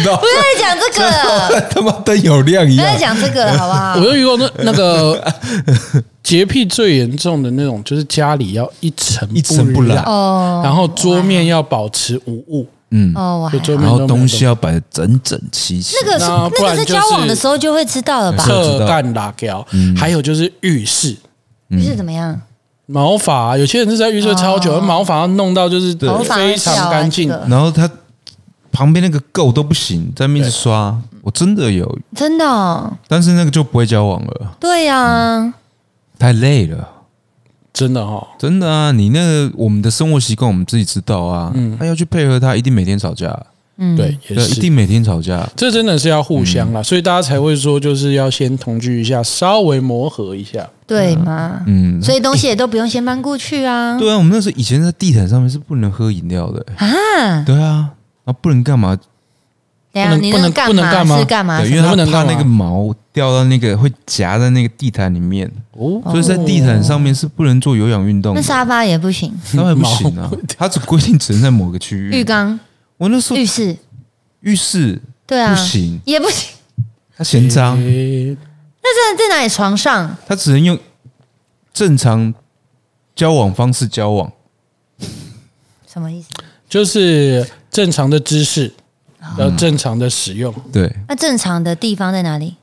Speaker 3: 的哦
Speaker 2: 不要再讲这个
Speaker 3: <laughs>
Speaker 2: 了，
Speaker 3: 他妈灯有亮一
Speaker 2: 不要再
Speaker 3: 样。
Speaker 2: 讲这个了，好不好
Speaker 1: <laughs>
Speaker 2: 哦
Speaker 1: 我？就遇过那那个 <laughs> 洁癖最严重的那种，就是家里要一尘
Speaker 3: 一尘不
Speaker 1: 染
Speaker 3: 染，
Speaker 2: 哦
Speaker 1: 然后桌面要保持无物，
Speaker 3: 嗯，
Speaker 2: 哦，我还
Speaker 1: 就桌
Speaker 2: 好
Speaker 1: 面
Speaker 3: 然后
Speaker 1: 都没有
Speaker 3: 东西要摆得整整齐齐。
Speaker 2: 那个是
Speaker 1: 那不
Speaker 2: 那
Speaker 1: 然
Speaker 2: 个在
Speaker 1: 就是
Speaker 2: 交往的时候就会知道了吧？
Speaker 3: 这
Speaker 1: 侧干拉掉，
Speaker 3: 嗯
Speaker 1: 还有就是浴室。
Speaker 2: 于是怎么样？
Speaker 1: 毛发啊、有些人是在浴室超久，毛发要弄到就是
Speaker 2: 头哦发
Speaker 1: 非常干净
Speaker 2: 很小啊这。个
Speaker 3: 然后他旁边那个够都不行，在那边一直刷，我真的有，
Speaker 2: 真的哦，
Speaker 3: 但是那个就不会交往了，
Speaker 2: 对啊呀，
Speaker 3: 太累了。
Speaker 1: 真的哦，
Speaker 3: 真的啊，你那个我们的生活习惯我们自己知道啊，他要去配合他，一定每天吵架，
Speaker 2: 嗯，
Speaker 1: 对，嗯也
Speaker 3: 对，啊
Speaker 1: 是
Speaker 3: 一定嗯每天吵架，
Speaker 1: 这真的是要互相啦，所以大家才会说，就是要先同居一下，稍微磨合一下。
Speaker 2: 对嘛，
Speaker 3: 嗯，
Speaker 2: 所以东西也都不用先搬过去啊。
Speaker 3: 对啊，我们那时候以前在地毯上面是不能喝饮料的、
Speaker 2: 啊，
Speaker 3: 对啊，啊不能干嘛？
Speaker 2: 等一下
Speaker 1: 不能
Speaker 2: 啊你
Speaker 1: 不
Speaker 2: 那个
Speaker 1: 能
Speaker 2: 干
Speaker 1: 不能干
Speaker 2: 嘛
Speaker 1: 嘛
Speaker 2: 是干嘛？
Speaker 3: 对，
Speaker 2: 是
Speaker 3: 因
Speaker 2: 吗
Speaker 3: 为他
Speaker 1: 不能
Speaker 3: 怕
Speaker 1: 干嘛
Speaker 3: 那个毛掉到那个会夹在那个地毯里面，
Speaker 1: 哦，
Speaker 3: 所以在地毯上面是不能做有氧运动
Speaker 2: 那
Speaker 3: 的，
Speaker 2: 沙发也不行，
Speaker 3: 当然不行啊，它只规定只能在某个区
Speaker 2: 浴
Speaker 3: 域。
Speaker 2: 缸、
Speaker 3: 我那时候
Speaker 2: 浴室，
Speaker 3: 浴室
Speaker 2: 对啊，
Speaker 3: 不行，
Speaker 2: 也不行。 <laughs>
Speaker 3: 它嫌脏，
Speaker 1: 诶
Speaker 2: 那在在哪里？床上？
Speaker 3: 它只能用正常交往方式交往。
Speaker 2: 什么意思？
Speaker 1: 就是正常的姿势，
Speaker 2: 哦
Speaker 1: 要正常的使用。
Speaker 3: 对，
Speaker 2: 那正常的地方在哪里？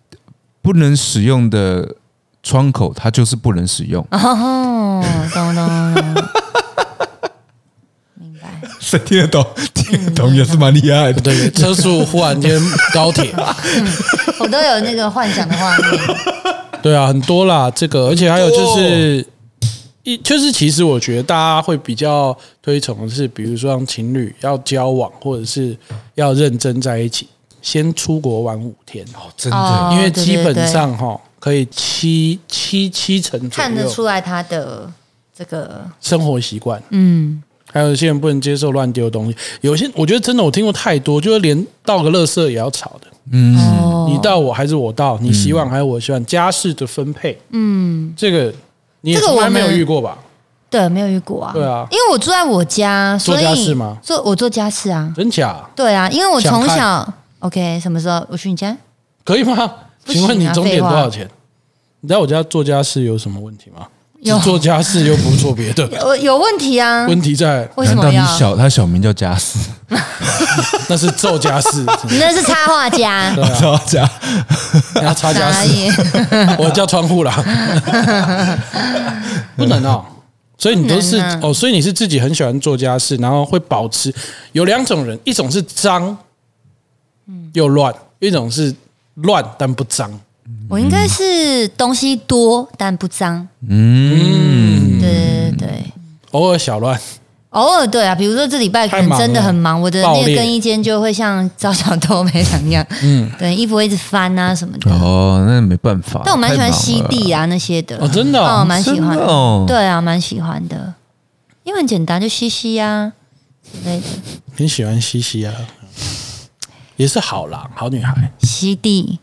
Speaker 3: 不能使用的窗口，它就是不能使用。
Speaker 2: 哦，懂懂懂懂，明白。
Speaker 3: <laughs> 谁听得懂？听得懂也是蛮厉害
Speaker 1: 不。对，车速忽然间高铁，
Speaker 2: 我都有那个幻想的画面。
Speaker 1: 对啊，很多啦。这个，而且还有就是。一就是，其实我觉得大家会比较推崇的是，比如说像情侣要交往，或者是要认真在一起，先出国玩五天。
Speaker 3: 哦，真
Speaker 2: 哦
Speaker 3: 的，
Speaker 1: 因为基
Speaker 2: 对对
Speaker 1: 本
Speaker 2: 对
Speaker 1: 上哈可以七七七成左
Speaker 2: 看得
Speaker 1: 右
Speaker 2: 出来他的这个，
Speaker 1: 生活习惯，
Speaker 2: 嗯，
Speaker 1: 还有一些人不能接受乱丢东西。有些我觉得真的我听过太多，就是连倒个垃圾也要吵的，
Speaker 3: 嗯，
Speaker 2: 哦
Speaker 1: 你倒我还是我倒，你洗碗还是我洗碗，家事的分配，
Speaker 2: 嗯，
Speaker 1: 这个你也
Speaker 2: 这个
Speaker 1: 从来
Speaker 2: 我
Speaker 1: 没
Speaker 2: 们
Speaker 1: 有遇过吧？
Speaker 2: 对，没有遇过啊。
Speaker 1: 对啊
Speaker 2: 因为我住在我家，
Speaker 1: 做
Speaker 2: 所以
Speaker 1: 家事吗？
Speaker 2: 做我做家事啊，
Speaker 1: 真假？
Speaker 2: 对啊，因为我
Speaker 1: 想
Speaker 2: 从
Speaker 1: 看
Speaker 2: 小 OK，什么时候我去你家？
Speaker 1: 可以吗？
Speaker 2: 不行
Speaker 1: 请
Speaker 2: 啊
Speaker 1: 问你钟点
Speaker 2: 废话
Speaker 1: 多少钱？你在我家做家事有什么问题吗？
Speaker 2: 有
Speaker 1: 只做家事又不做别
Speaker 2: <laughs>
Speaker 1: 的，
Speaker 2: 我有问题啊？
Speaker 1: 问题
Speaker 2: <laughs>
Speaker 1: 在
Speaker 2: 为什么
Speaker 3: 难道
Speaker 2: 要？
Speaker 3: 你小他小名叫加斯？
Speaker 1: 那是做家事，
Speaker 2: 你那是插画家，
Speaker 1: 对啊，
Speaker 3: 叫加，
Speaker 1: 你要擦家
Speaker 2: <laughs> 哪
Speaker 1: 事。
Speaker 2: 里？
Speaker 1: 我叫窗
Speaker 2: <laughs>
Speaker 1: 户啦，不能哦。所以你都是、
Speaker 2: 不能啊
Speaker 1: 哦，所以你是自己很喜欢做家事，然后会保持有两种人，一种是脏，
Speaker 2: 嗯
Speaker 1: 又乱；一种是乱但不脏。
Speaker 2: 我应该是东西多但不脏，
Speaker 3: 嗯，
Speaker 2: 对对对。
Speaker 1: 偶尔小乱，
Speaker 2: 偶尔对啊，比如说这礼拜可
Speaker 1: 太
Speaker 2: 能
Speaker 1: 忙
Speaker 2: 真的
Speaker 1: 了
Speaker 2: 很忙，我的
Speaker 1: 爆
Speaker 2: 那个
Speaker 1: 裂
Speaker 2: 更衣间就会像招小豆没两样，嗯，对，衣服会一直翻啊什么的。
Speaker 3: 哦，那没办法。
Speaker 2: 但我蛮喜欢吸地
Speaker 3: 啊，
Speaker 2: 啊那些的，
Speaker 1: 哦真的哦
Speaker 2: 哦，蛮喜欢
Speaker 3: 真的哦
Speaker 2: 对啊，蛮喜欢的，因为很简单，就吸吸啊之类的，
Speaker 1: 很喜欢西西啊，也是好啦，好女孩，
Speaker 2: 吸地，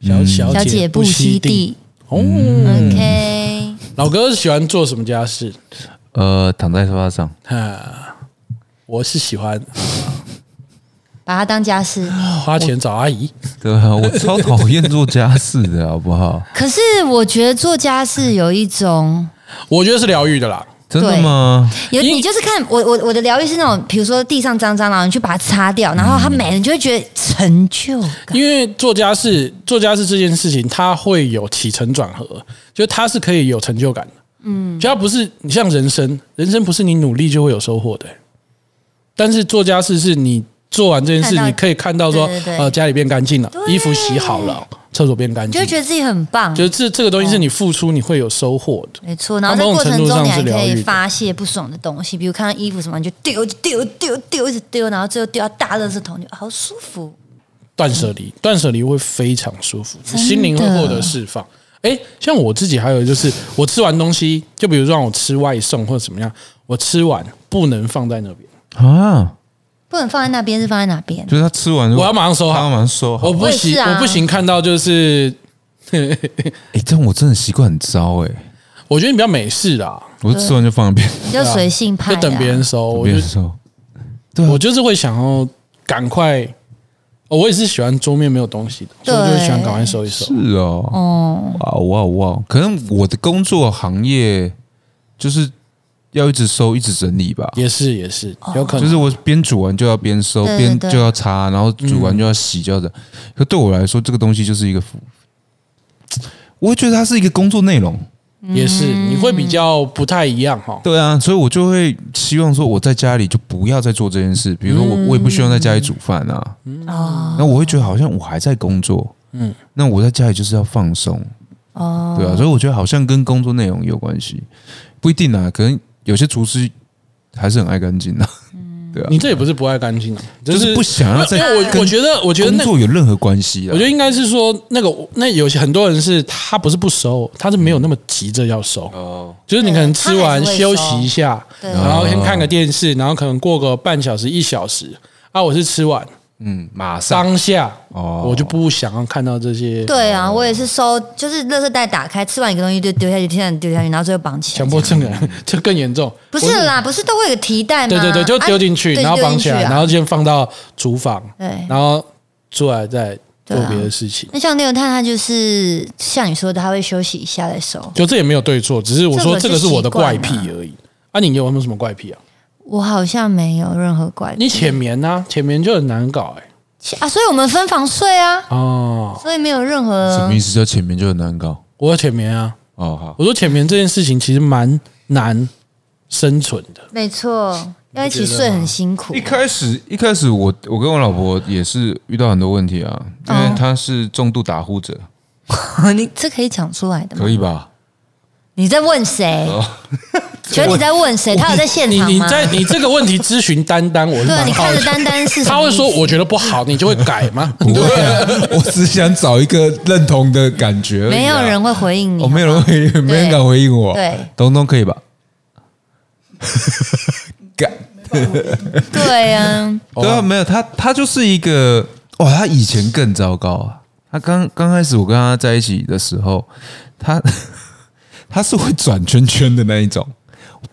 Speaker 1: 小小
Speaker 2: 小姐
Speaker 1: 姐
Speaker 2: 不吸
Speaker 1: 吸
Speaker 2: 地嗯
Speaker 1: 哦。
Speaker 2: ，OK，
Speaker 1: 老哥喜欢做什么家事？
Speaker 3: 呃，躺在沙发上，
Speaker 1: 啊，我是喜欢
Speaker 2: 把它当家事。
Speaker 1: 花钱找阿姨。
Speaker 3: 对啊，我超讨厌做家事的，好
Speaker 2: <laughs>
Speaker 3: 不好？
Speaker 2: 可是我觉得做家事有一种，
Speaker 1: 我觉得是疗愈的啦。
Speaker 3: 真的吗？
Speaker 2: 有
Speaker 1: 因为
Speaker 2: 你就是看我我我的疗愈是那种，比如说地上脏脏，然后你去把它擦掉，然后它美了，你就会觉得成就感。
Speaker 1: 因为做家事，做家事这件事情，它会有起承转合，就它是可以有成就感的。嗯，就它不是你像人生，人生不是你努力就会有收获的、但是做家事是你做完这件
Speaker 2: 看
Speaker 1: 事，
Speaker 2: 到
Speaker 1: 你可以看到说，
Speaker 2: 对对对
Speaker 1: 呃，家里变干净了，衣服洗好了，厕所变干
Speaker 2: 就
Speaker 1: 净
Speaker 2: 会，觉得自己很棒，
Speaker 1: 就是这这个东西是你付出，你会有收获的。
Speaker 2: 没错。然后在过程
Speaker 1: 它
Speaker 2: 中，
Speaker 1: 某种
Speaker 2: 你还
Speaker 1: 程度上
Speaker 2: 可
Speaker 1: 是疗愈
Speaker 2: 以
Speaker 1: 的
Speaker 2: 发泄不爽的东西，比如看到衣服什么，你就丢丢丢丢，一直丢，然后最后丢到大垃圾桶，你就啊好舒服。
Speaker 1: 断舍离，断舍离会非常舒服，
Speaker 2: 的
Speaker 1: 心灵会获得释放。诶，像我自己还有就是，我吃完东西，就比如说让我吃外送或者怎么样，我吃完不能放在那边。
Speaker 3: 啊，
Speaker 2: 不能放在那边，是放在哪边？
Speaker 1: 啊
Speaker 3: 就是他吃完，
Speaker 1: 我要马上收
Speaker 3: 他要
Speaker 1: 好，
Speaker 3: 马上收好
Speaker 1: 我。不
Speaker 2: 嗯我也
Speaker 1: 行，
Speaker 2: 是啊
Speaker 1: 我不行，看到就是
Speaker 3: 哎，但我真的习惯很糟哎。
Speaker 1: 我觉得你比较美式啦，
Speaker 3: 我吃完就放一边，
Speaker 2: 你就随性派、
Speaker 1: 就
Speaker 2: 啊，
Speaker 1: 等别人收。我
Speaker 3: 别
Speaker 1: 就
Speaker 3: 人说对啊
Speaker 1: 我就是会想要赶快，哦我也是喜欢桌面没有东西的，所
Speaker 2: 对
Speaker 1: 以我就会喜欢赶快收一收。
Speaker 3: 是哦，
Speaker 2: 哦，
Speaker 3: 哇哇哇！可能我的工作行业就是要一直收，一直整理吧。
Speaker 1: 也是也是，有可能
Speaker 2: 哦
Speaker 3: 就是我边煮完就要边收，
Speaker 2: 对对
Speaker 3: 边
Speaker 2: 对
Speaker 3: 就要擦，然后煮完就要洗，就要的。可对我来说，这个东西就是一个服，我会觉得它是一个工作内容。
Speaker 1: 也是，你会比较不太一样哈。
Speaker 3: 对啊，所以我就会希望说，我在家里就不要再做这件事。比如说我，我也不希望在家里煮饭啊。
Speaker 2: 哦，
Speaker 3: 那我会觉得好像我还在工作。嗯，那我在家里就是要放松。
Speaker 2: 哦，
Speaker 3: 对啊，所以我觉得好像跟工作内容有关系，不一定啊，可能有些厨师还是很爱干净的，对啊，
Speaker 1: 你这也不是不爱干净啊，
Speaker 3: 就是是不想要
Speaker 1: 因
Speaker 3: 再
Speaker 1: 为我我觉得我觉得
Speaker 3: 工
Speaker 1: 那个
Speaker 3: 作有任何关系啊。
Speaker 1: 我觉得应该是说，那个那有些很多人是他不是不收，他是没有那么急着要收，
Speaker 3: 哦，
Speaker 1: 就是你可能吃完
Speaker 2: 对他还是
Speaker 1: 休
Speaker 2: 会收
Speaker 1: 息一下，
Speaker 2: 对
Speaker 1: 然后先看个电视，然后可能过个半小时一小时啊，我是吃完
Speaker 3: 嗯，马上
Speaker 1: 当下
Speaker 3: 哦
Speaker 1: 我就不想要看到这些
Speaker 2: 对啊，我也是收，就是垃圾袋打开，吃完一个东西就丢下去，丢下去，丢下去，然后最后绑起来
Speaker 1: 强。迫症啊， <laughs> 这更严重。
Speaker 2: 不是啦，不是都会有个提袋吗？
Speaker 1: 对对对，就
Speaker 2: 啊
Speaker 1: 丢进去，
Speaker 2: 对
Speaker 1: 然后
Speaker 2: 丢
Speaker 1: 绑
Speaker 2: 进
Speaker 1: 起
Speaker 2: 去
Speaker 1: 来，
Speaker 2: 啊
Speaker 1: 然后先放到厨房，
Speaker 2: 对。
Speaker 1: 然后出来再做
Speaker 2: 对啊
Speaker 1: 别的事情。
Speaker 2: 那像六探，他就是像你说的，他会休息一下再收。
Speaker 1: 就这也没有对错，只是我说
Speaker 2: 这
Speaker 1: 这
Speaker 2: 个
Speaker 1: 个
Speaker 2: 是
Speaker 1: 是我的怪
Speaker 2: 习
Speaker 1: 癖
Speaker 2: 惯
Speaker 1: 而已。啊，你有没有什么怪癖啊？
Speaker 2: 我好像没有任何怪
Speaker 1: 你
Speaker 2: 癖
Speaker 1: 浅眠呐，浅眠就很难搞哎。
Speaker 2: 啊，所以我们分房睡啊，
Speaker 1: 哦，
Speaker 2: 所以没有任
Speaker 3: 什
Speaker 2: 何
Speaker 3: 么意思？叫前面就很难搞
Speaker 1: 我要浅眠啊。
Speaker 3: 哦，好，
Speaker 1: 我说浅眠这件事情其实蛮难生存的，
Speaker 2: 没错，要一起睡很辛苦
Speaker 3: 一。开始一开始我我跟我老婆也是遇到很多问题啊，因
Speaker 2: 哦
Speaker 3: 为她是重度打呼者，
Speaker 2: 你这可以讲出来的吗？
Speaker 3: 可以 <laughs> 哦吧？
Speaker 2: 你在问谁？ <laughs> 请问你在问谁？他有在现
Speaker 1: 你
Speaker 2: 场
Speaker 1: 你
Speaker 2: 吗？
Speaker 1: 在你这个问题咨询丹丹，我是
Speaker 2: <laughs> 对啊，
Speaker 1: 蛮
Speaker 2: 你
Speaker 1: 好
Speaker 2: 看着
Speaker 1: 奇。
Speaker 2: 丹丹是什
Speaker 1: 他
Speaker 2: 么
Speaker 1: 会
Speaker 2: 意思
Speaker 1: 说我觉得不好，你就会改
Speaker 2: <laughs>
Speaker 1: 吗？
Speaker 3: 不会啊，我只想找一个认同的感觉而已啊
Speaker 2: 没有人会回应你，
Speaker 3: 哦，没有人回应，没人敢回应我。
Speaker 2: 对，
Speaker 3: 东东可以吧？ <laughs> 敢
Speaker 2: 对啊，
Speaker 1: 哦
Speaker 3: 对啊，没有他，他就是一个哇，他以前更糟糕啊。他刚刚开始我跟他在一起的时候，他他是会转圈圈的那一种，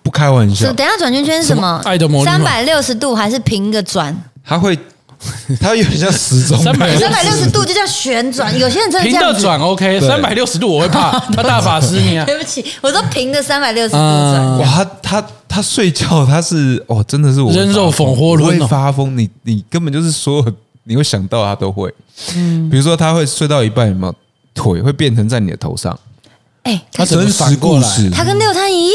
Speaker 3: 不开玩
Speaker 2: 是
Speaker 3: 笑，
Speaker 2: 等一下转圈圈是什么？
Speaker 1: 什么爱的魔力吗
Speaker 2: 三百六十度还是平着转？
Speaker 3: 他会 <laughs> 他有点像时
Speaker 1: <laughs>
Speaker 3: 钟
Speaker 1: 360
Speaker 2: 三百六十度就叫旋转，有些人真的
Speaker 1: 哎平
Speaker 2: 这样
Speaker 1: 的
Speaker 2: 子。
Speaker 1: 转 OK，
Speaker 3: 对
Speaker 1: 三百六十度我会
Speaker 2: <laughs>
Speaker 1: 怕，他大法师你啊。
Speaker 2: 对不起，我说平的三百六十度
Speaker 1: 啊
Speaker 2: 转。
Speaker 3: 哇，他他他睡觉，他是哦，真的是我
Speaker 1: 人肉
Speaker 3: 发
Speaker 1: 风火轮哦
Speaker 3: 我会发疯。你你根本就是所有你会想到他都会，嗯，比如说他会睡到一半，有没有腿会变成在你的头上？
Speaker 2: 哎，
Speaker 1: 他嗯怎么
Speaker 3: 真实
Speaker 1: 反过
Speaker 3: 故
Speaker 1: 来
Speaker 3: 事
Speaker 2: 他跟六探一样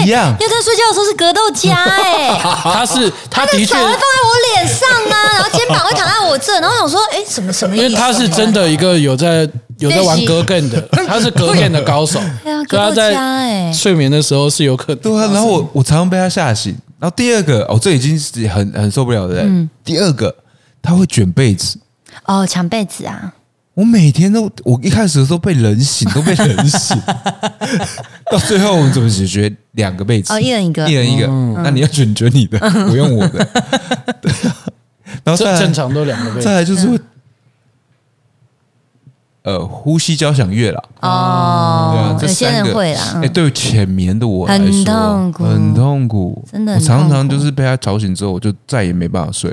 Speaker 2: 哎，
Speaker 3: 一样
Speaker 2: 六探睡觉的时候是格斗家哎。
Speaker 1: 他是他 <laughs> 的确
Speaker 2: 手，会放在我脸上啊，然后肩膀会躺在我这，然后我想说，哎，什么什么意
Speaker 1: 因
Speaker 2: 思？
Speaker 1: 为他是真的一个有在有在玩格根
Speaker 2: <laughs>
Speaker 1: 的，他是格根的高手，
Speaker 2: 对啊
Speaker 1: <laughs> 所以他
Speaker 2: 格斗家哎
Speaker 1: 在睡眠的时候是有可能。
Speaker 3: 对啊，然后我我常常被他吓醒。然后第二个哦，这已经是很很受不了的人。
Speaker 2: 嗯
Speaker 3: 第二个他会卷被子，
Speaker 2: 哦，抢被子啊，
Speaker 3: 我每天都我一开始都被冷醒，都被冷
Speaker 2: <laughs>
Speaker 3: 醒，到最后我们怎么解决？两个被子
Speaker 2: 哦一人一个嗯
Speaker 3: 一人一个。那你要卷卷你的，我用我
Speaker 2: <laughs>
Speaker 3: 的。对啊然后
Speaker 1: 这
Speaker 3: 再来
Speaker 1: 正常都两个倍
Speaker 3: 再。来就是会呃呼吸交响乐啦。
Speaker 1: 哦
Speaker 3: 对啊
Speaker 2: 哦，，
Speaker 3: 这
Speaker 2: 有些
Speaker 3: 三
Speaker 2: 人
Speaker 3: 个
Speaker 2: 会啦嗯
Speaker 3: 哎、，对浅眠的我来说，
Speaker 2: 很痛苦
Speaker 3: 很痛苦，
Speaker 2: 真的
Speaker 3: 我
Speaker 2: 很痛苦嗯
Speaker 3: 常常就是被他吵醒之后，我就再也没办法睡，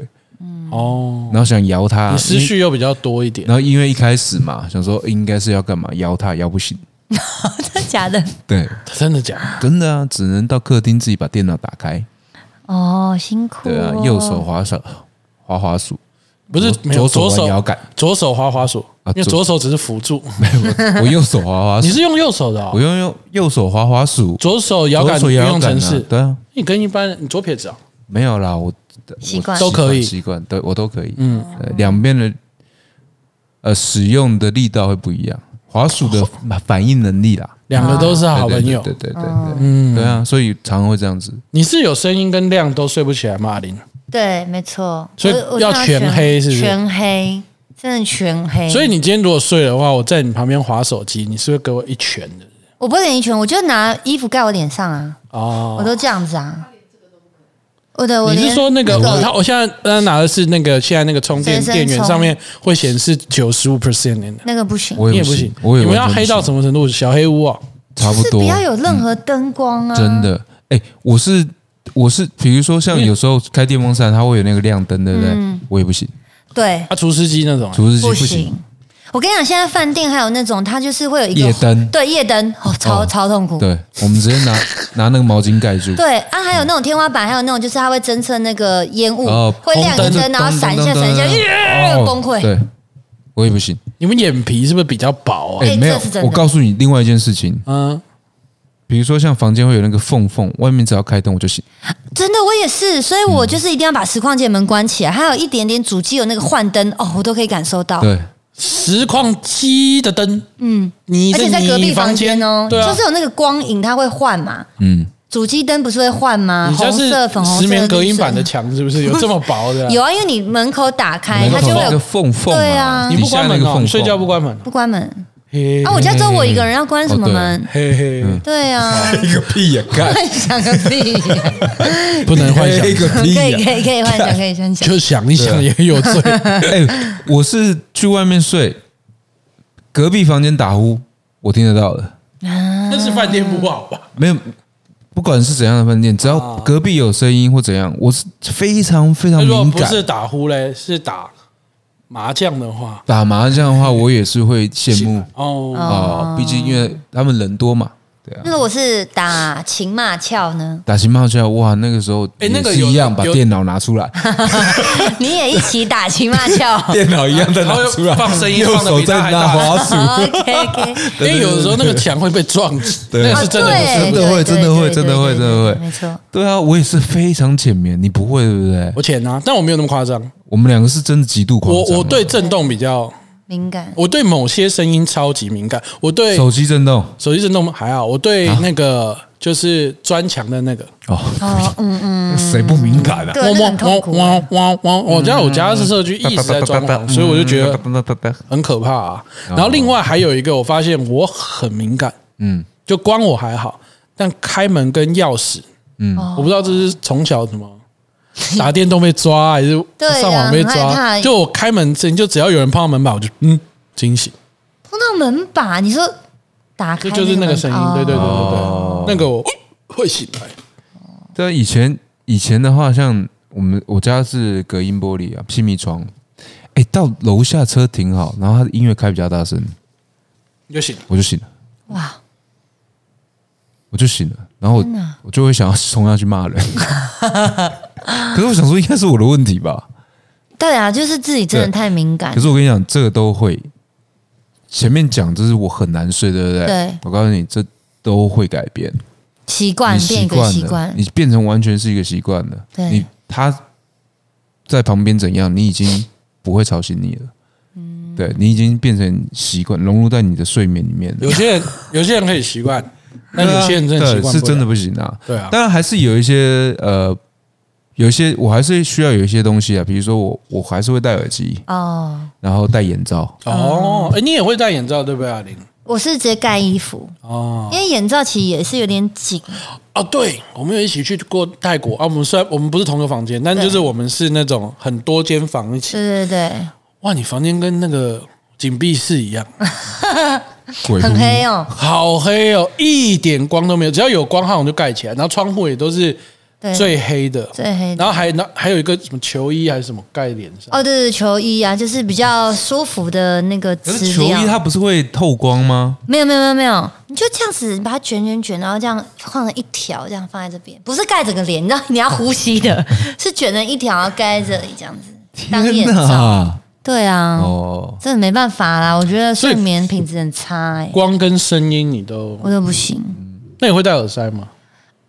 Speaker 1: 哦，
Speaker 3: 然后想摇他，
Speaker 1: 你思绪又比较多一点
Speaker 3: 因，然后因为一开始嘛，想说应该是要干嘛，摇他摇不醒，
Speaker 2: 真的假的？
Speaker 3: 对，
Speaker 1: 真的假的？
Speaker 3: 真的啊，只能到客厅自己把电脑打开，
Speaker 2: 哦，辛苦、哦。
Speaker 3: 对啊，右手滑手滑滑鼠， <laughs>
Speaker 1: 不是
Speaker 3: 左
Speaker 1: 没有
Speaker 3: 左
Speaker 1: 左
Speaker 3: 手玩摇
Speaker 1: 手
Speaker 3: 杆，
Speaker 1: 左手滑滑鼠，
Speaker 3: 啊
Speaker 1: 因为
Speaker 3: 左
Speaker 1: 左手只是辅助。
Speaker 3: 我我右手滑滑
Speaker 1: 你
Speaker 3: 鼠，
Speaker 1: 是用右手的
Speaker 3: 我
Speaker 1: 哦，
Speaker 3: 用右右手滑滑鼠，
Speaker 1: 左手摇杆
Speaker 3: 左手
Speaker 1: 运
Speaker 3: 摇
Speaker 1: 用
Speaker 3: 杆啊
Speaker 1: 程式。
Speaker 3: 对啊，
Speaker 1: 你跟一般人你左撇子啊？
Speaker 3: 没有啦，我
Speaker 2: 习惯
Speaker 1: 都可以
Speaker 3: 习惯，对我都可以。嗯，两边的呃使用的力道会不一样，滑鼠的反应能力啦，
Speaker 1: 两个都是好朋友
Speaker 3: 对。对对对
Speaker 2: 哦
Speaker 3: 对，嗯，对啊，所以常常会这样子。
Speaker 1: 你是有声音跟亮都睡不起来吗？阿林，
Speaker 2: 对，没错。
Speaker 1: 所以
Speaker 2: 我我
Speaker 1: 要
Speaker 2: 常常
Speaker 1: 全黑是不是
Speaker 2: 全黑，真的全黑。
Speaker 1: 所以你今天如果睡的话，我在你旁边划手机，你是会给我一拳的
Speaker 2: 我不会给你全，我就拿衣服盖我脸上啊，
Speaker 1: 哦。
Speaker 2: 我都这样子啊。我的，我
Speaker 1: 你
Speaker 2: 连
Speaker 1: 是说那个？我他我现在刚拿的是那个现在那个充电
Speaker 2: 随身
Speaker 1: 电源
Speaker 2: 充
Speaker 1: 上面会显示九十五 percent 的，
Speaker 2: 那个不行？
Speaker 3: 我
Speaker 1: 你
Speaker 3: 也
Speaker 1: 也
Speaker 3: 不
Speaker 1: 不行，
Speaker 3: 我也
Speaker 1: 你们要
Speaker 3: 完全
Speaker 1: 黑到
Speaker 3: 不行
Speaker 1: 什么程度？小黑屋啊，
Speaker 3: 差
Speaker 2: 就
Speaker 3: 不
Speaker 2: 是
Speaker 3: 多嗯
Speaker 2: 不。要有任何灯光啊，
Speaker 3: 真的，哎、我是我是，比如说像
Speaker 2: 嗯
Speaker 3: 有时候开电风扇，它会有那个亮灯，对不对？我也不行，
Speaker 2: 对，
Speaker 1: 啊，除湿机那种啊，
Speaker 3: 除湿机
Speaker 2: 嗯不
Speaker 3: 不行，
Speaker 2: 行。我跟你讲，现在饭店还有那种，它就是会有一个
Speaker 3: 夜灯
Speaker 2: 对夜灯哦，超、
Speaker 3: 哦
Speaker 2: 超痛苦。
Speaker 3: 对我们直接拿 <laughs> 拿那个毛巾盖住。
Speaker 2: 对啊，还有那种天花板，还有那种就是它会侦测那个烟雾，
Speaker 3: 哦
Speaker 2: 会亮一
Speaker 3: 红
Speaker 2: 灯，
Speaker 3: 灯
Speaker 2: 然后闪一下，
Speaker 3: 咚
Speaker 2: 闪一下，呃
Speaker 3: 哦
Speaker 2: 崩溃。
Speaker 3: 对，我也不行。
Speaker 1: 你们眼皮是不是比较薄啊？
Speaker 3: 哎、
Speaker 2: 哎
Speaker 3: 没有
Speaker 2: 这是真，的
Speaker 3: 我告诉你另外一件事情，
Speaker 1: 嗯，
Speaker 3: 比如说像房间会有那个缝缝，外面只要开灯我就醒。
Speaker 2: 真的，我也是，所以
Speaker 3: 嗯
Speaker 2: 我就是一定要把实况界门关起来，还有一点点主机有那个幻灯哦，我都可以感受到。
Speaker 3: 对，
Speaker 1: 实况机的灯，嗯，你
Speaker 2: 而且在隔
Speaker 1: 你
Speaker 2: 壁
Speaker 1: 房
Speaker 2: 间哦，
Speaker 1: 对啊，
Speaker 2: 就是有那个光影，它会换嘛。
Speaker 3: 嗯，
Speaker 2: 主机灯不是会换吗？
Speaker 1: 你家
Speaker 2: 啊红
Speaker 1: 是
Speaker 2: 色、粉红色、
Speaker 1: 石棉隔音板的
Speaker 2: 绿色。
Speaker 1: 墙是不是有这么薄的啊？
Speaker 2: 有啊，因为你门口打开，
Speaker 3: 门
Speaker 2: 哎它
Speaker 3: 口
Speaker 2: 就会
Speaker 3: 有个
Speaker 2: 有
Speaker 3: 缝缝、
Speaker 2: 对啊
Speaker 1: 你
Speaker 3: 底
Speaker 1: 不
Speaker 3: 下
Speaker 1: 关
Speaker 3: 那
Speaker 1: 门
Speaker 3: 个
Speaker 1: 哦，
Speaker 3: 缝
Speaker 1: 你
Speaker 3: 缝，
Speaker 1: 睡觉不关
Speaker 3: <laughs>
Speaker 1: 门啊
Speaker 2: 不关门
Speaker 1: 嘿哦
Speaker 2: 啊。我家只有我一个人，要关什么门？
Speaker 1: 嘿嘿，嘿 <laughs>
Speaker 2: 对啊，
Speaker 3: 一个屁呀、干
Speaker 2: 幻 <laughs> 想个屁！
Speaker 1: 不能幻想， <laughs>
Speaker 3: 个
Speaker 2: 可以可以可以幻想，可以幻想。
Speaker 1: 就想一想也有罪。 <laughs>
Speaker 3: 哎、我是去外面睡，隔壁房间打呼，我听得到的。
Speaker 1: 但是饭店不好吧？
Speaker 3: 没有，不管是怎样的饭店，只
Speaker 1: 啊
Speaker 3: 要隔壁有声音或怎样，我是非常非常
Speaker 1: 那如果
Speaker 3: 敏
Speaker 1: 不
Speaker 3: 感。
Speaker 1: 是打呼嘞，是打麻将的话，
Speaker 3: 打麻将的话，我也是会羡
Speaker 1: <laughs>
Speaker 3: 慕
Speaker 1: 哦，
Speaker 3: 啊，毕竟因为他们人多嘛。对啊，
Speaker 2: 那如果是打情骂俏
Speaker 1: <laughs>
Speaker 2: 呢？
Speaker 3: 打情骂俏，哇，那个时候
Speaker 1: 哎
Speaker 3: 也
Speaker 1: 那个
Speaker 3: 是
Speaker 1: 有
Speaker 3: 一样把
Speaker 1: 有
Speaker 3: 电脑拿
Speaker 1: <laughs>
Speaker 3: 出来，
Speaker 2: 你也一起打情骂俏
Speaker 3: 电脑一样再
Speaker 1: 然后又放声音放得比他还大
Speaker 2: <laughs>
Speaker 3: 鼠，
Speaker 1: <laughs>
Speaker 2: ？OK OK。
Speaker 1: 因为有的时候那个墙会被撞击，那个是真的
Speaker 2: 啊
Speaker 1: 有
Speaker 2: 对
Speaker 1: 事。
Speaker 3: 真的会
Speaker 2: 对
Speaker 3: 真的会
Speaker 2: 对
Speaker 3: 真的会
Speaker 2: 对对
Speaker 3: 真的会
Speaker 2: 对没错。
Speaker 3: 对啊，我也是非常浅眠，你不会对不对？
Speaker 1: 我浅啊，但我没有那么夸张。
Speaker 3: 我们两个是真的极度狂
Speaker 1: 我
Speaker 3: 张啊
Speaker 1: 我对震动比较，
Speaker 2: 敏感。
Speaker 1: 我对某些声音超级敏感。我对
Speaker 3: 手机震动
Speaker 1: 手机震动还好，我对那个就是砖墙的那个，
Speaker 3: 哦，
Speaker 2: 哦，嗯嗯，
Speaker 3: 谁不敏感啊？
Speaker 2: 对，那个很痛苦。
Speaker 1: 汪汪汪！我家我家是社区一直在装潢，所以我就觉得
Speaker 3: 得，
Speaker 1: 很可怕啊。然后另外还有一个，我发现我很敏感，
Speaker 3: 嗯
Speaker 1: 就关我还好，但开门跟钥匙，
Speaker 3: 嗯，
Speaker 2: 哦
Speaker 1: 我不知道这是从小什么。 <laughs> 打电动被抓还是
Speaker 2: 对啊
Speaker 1: 上网被
Speaker 2: 很害怕
Speaker 1: 抓？就我开门声，就只要有人碰到门把，我就嗯惊喜，
Speaker 2: 碰到门把，你说打开
Speaker 1: 这
Speaker 2: 门，哦
Speaker 1: 就是那个声音。对对对对
Speaker 3: 哦
Speaker 1: 对，那个我呃会醒来。
Speaker 3: 对啊，以前以前的话，像我们我家是隔音玻璃啊，气密窗。哎，到楼下车停好，然后他的音乐开比较大声，
Speaker 1: 你就
Speaker 3: <laughs>
Speaker 1: 醒了。
Speaker 3: 我就醒了，
Speaker 2: 哇，
Speaker 3: 我就醒了，然后我
Speaker 2: 天哪
Speaker 3: 我就会想要冲下去骂人。 <laughs> 可是我想说，应该是我的问题吧？
Speaker 2: 对啊，就是自己真的太敏感
Speaker 3: 可。是我跟你讲，这个都会。前面讲这是我很难睡，对不对？
Speaker 2: 对
Speaker 3: 我告诉你，这都会改变。
Speaker 2: 习惯
Speaker 3: 你
Speaker 2: 变
Speaker 3: 习
Speaker 2: 一个
Speaker 3: 惯
Speaker 2: 习
Speaker 3: 了，
Speaker 2: 惯，
Speaker 3: 你变成完全是一个习惯了。
Speaker 2: 对
Speaker 3: 你他在旁边怎样，你已经不会吵醒你了。
Speaker 2: 嗯
Speaker 3: 对你已经变成习惯，融入在你的睡眠里面了。
Speaker 1: 有些人有些人可以习惯，但有些人真的习
Speaker 3: 对
Speaker 1: 惯
Speaker 3: 是
Speaker 1: 不了
Speaker 3: 真的不行啊。
Speaker 1: 对啊。
Speaker 3: 当然还是有一些呃，有一些我还是需要有一些东西啊，比如说我我还是会戴耳机，
Speaker 2: 哦，
Speaker 3: 然后戴眼罩。
Speaker 1: 哦，哎，你也会戴眼罩对不对，阿玲？
Speaker 2: 我是直接盖衣服，
Speaker 1: 哦
Speaker 2: 因为眼罩其实也是有点紧，
Speaker 1: 哦，对，我们有一起去过泰国啊。我们虽然我们不是同个房间，但
Speaker 2: 对
Speaker 1: 就是我们是那种很多间房一起。
Speaker 2: 对对对，
Speaker 1: 哇，你房间跟那个紧闭室一样，
Speaker 3: 鬼
Speaker 2: 很
Speaker 3: 屋
Speaker 2: 黑哦，
Speaker 1: 好黑哦， <laughs> 一点光都没有，只要有光，它好像就盖起来。然后窗户也都是
Speaker 2: 对，
Speaker 1: 最黑的，
Speaker 2: 最黑的
Speaker 1: 然后还那还有一个什么球衣还是什么盖脸上。
Speaker 2: 哦，对对，球衣啊，就是比较舒服的那个
Speaker 3: 可
Speaker 2: 质
Speaker 3: 是球衣
Speaker 2: 量。
Speaker 3: 它不是会透光吗？
Speaker 2: 没有没有没有没有，你就这样子把它卷卷卷，然后这样放成一条，这样放在这边，不是盖整个脸，你知道你要呼吸
Speaker 3: <laughs>
Speaker 2: 的，是卷成一条，然后盖在这里这样子当眼
Speaker 3: 天
Speaker 2: 罩。
Speaker 3: 哪！
Speaker 2: 对啊，
Speaker 3: 哦，
Speaker 2: 真的没办法啦，我觉得
Speaker 1: 所以
Speaker 2: 睡眠品质很差哎、
Speaker 1: 光跟声音你都，
Speaker 2: 我都不行。
Speaker 1: 那你会戴耳塞吗？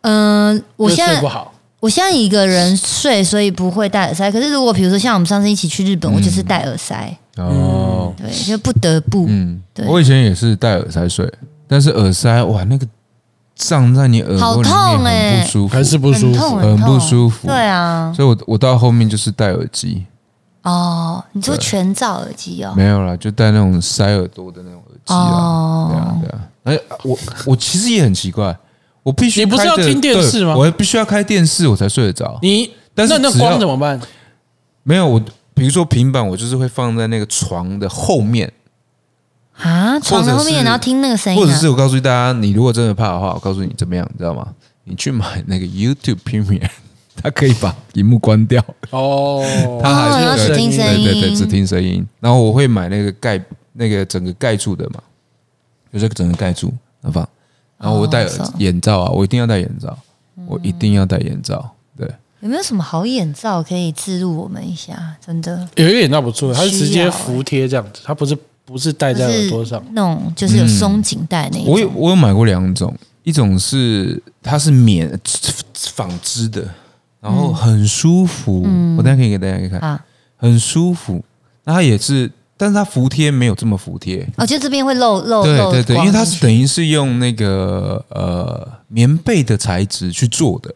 Speaker 2: 嗯、我现
Speaker 1: 会睡
Speaker 2: 在
Speaker 1: 不好。
Speaker 2: 我现在一个人睡，所以不会戴耳塞。可是如果比如说像我们上次一起去日
Speaker 3: 嗯
Speaker 2: 本，我就是戴耳塞，
Speaker 3: 哦，
Speaker 2: 对，就不得不。
Speaker 3: 嗯，
Speaker 2: 嗯对
Speaker 3: 我以前也是戴耳塞睡，但是耳塞哇，那个胀在你耳朵里
Speaker 2: 好痛
Speaker 3: 面
Speaker 2: 欸
Speaker 3: 很不舒服，
Speaker 1: 还是不舒
Speaker 2: 很
Speaker 1: 服
Speaker 2: 痛，
Speaker 3: 很
Speaker 2: 痛
Speaker 3: 不舒服
Speaker 2: 对啊，
Speaker 3: 所以我我到后面就是戴耳机，
Speaker 2: 哦，你说全罩耳机哦，
Speaker 3: 没有啦，就戴那种塞耳朵的那种耳机啊，
Speaker 2: 哦
Speaker 3: 对啊对啊。哎，我我其实也很奇怪，我必须
Speaker 1: 你不是
Speaker 3: 开
Speaker 1: 要
Speaker 3: 着
Speaker 1: 听电视吗
Speaker 3: 对我必须要开电视我才睡得着。
Speaker 1: 你
Speaker 3: 但是
Speaker 1: 那那
Speaker 3: 只要
Speaker 1: 光怎么办？
Speaker 3: 没有我，比如说平板，我就是会放在那个床的后面，
Speaker 2: 啊，床的后
Speaker 3: 或者
Speaker 2: 面，
Speaker 3: 是
Speaker 2: 然后听那个声音、啊，
Speaker 3: 或者是我告诉大家，你如果真的怕的话，我告诉你怎么样，你知道吗？你去买那个 YouTube Premium，它可以把荧幕关掉，
Speaker 1: 哦，
Speaker 3: 它还
Speaker 2: 然后
Speaker 3: 是
Speaker 2: 只
Speaker 3: 有
Speaker 2: 听声
Speaker 3: 对
Speaker 2: 音，
Speaker 3: 对对，只听声音。然后我会买那个盖那个整个盖住的嘛，就这个整个盖住，好不好？然后我戴
Speaker 2: 哦是哦
Speaker 3: 眼罩啊，我一定要戴眼罩，我一定要戴眼罩。对，
Speaker 2: 有没有什么好眼罩可以置入我们一下？真的
Speaker 1: <laughs> 有一个眼罩不错，它是直
Speaker 2: 需
Speaker 1: 接
Speaker 2: 要
Speaker 1: 服贴这样子，它不是不是戴
Speaker 2: 就
Speaker 1: 在耳
Speaker 2: 是
Speaker 1: 朵上，
Speaker 2: 那种，就是有松紧带那一
Speaker 3: 嗯我有
Speaker 2: 种。
Speaker 3: 我有买过两种，一种是它是棉纺织
Speaker 2: 嗯
Speaker 3: 的，然后很舒服，我等一下可以给大家看，
Speaker 2: 啊
Speaker 3: 很舒服。那它也是，但是它服帖没有这么服帖，
Speaker 2: 哦，就这边会露露
Speaker 3: 对
Speaker 2: 露
Speaker 3: 对对，因
Speaker 2: 光
Speaker 3: 为它
Speaker 2: 进
Speaker 3: 是
Speaker 2: 去
Speaker 3: 等于是用那个呃棉被的材质去做的，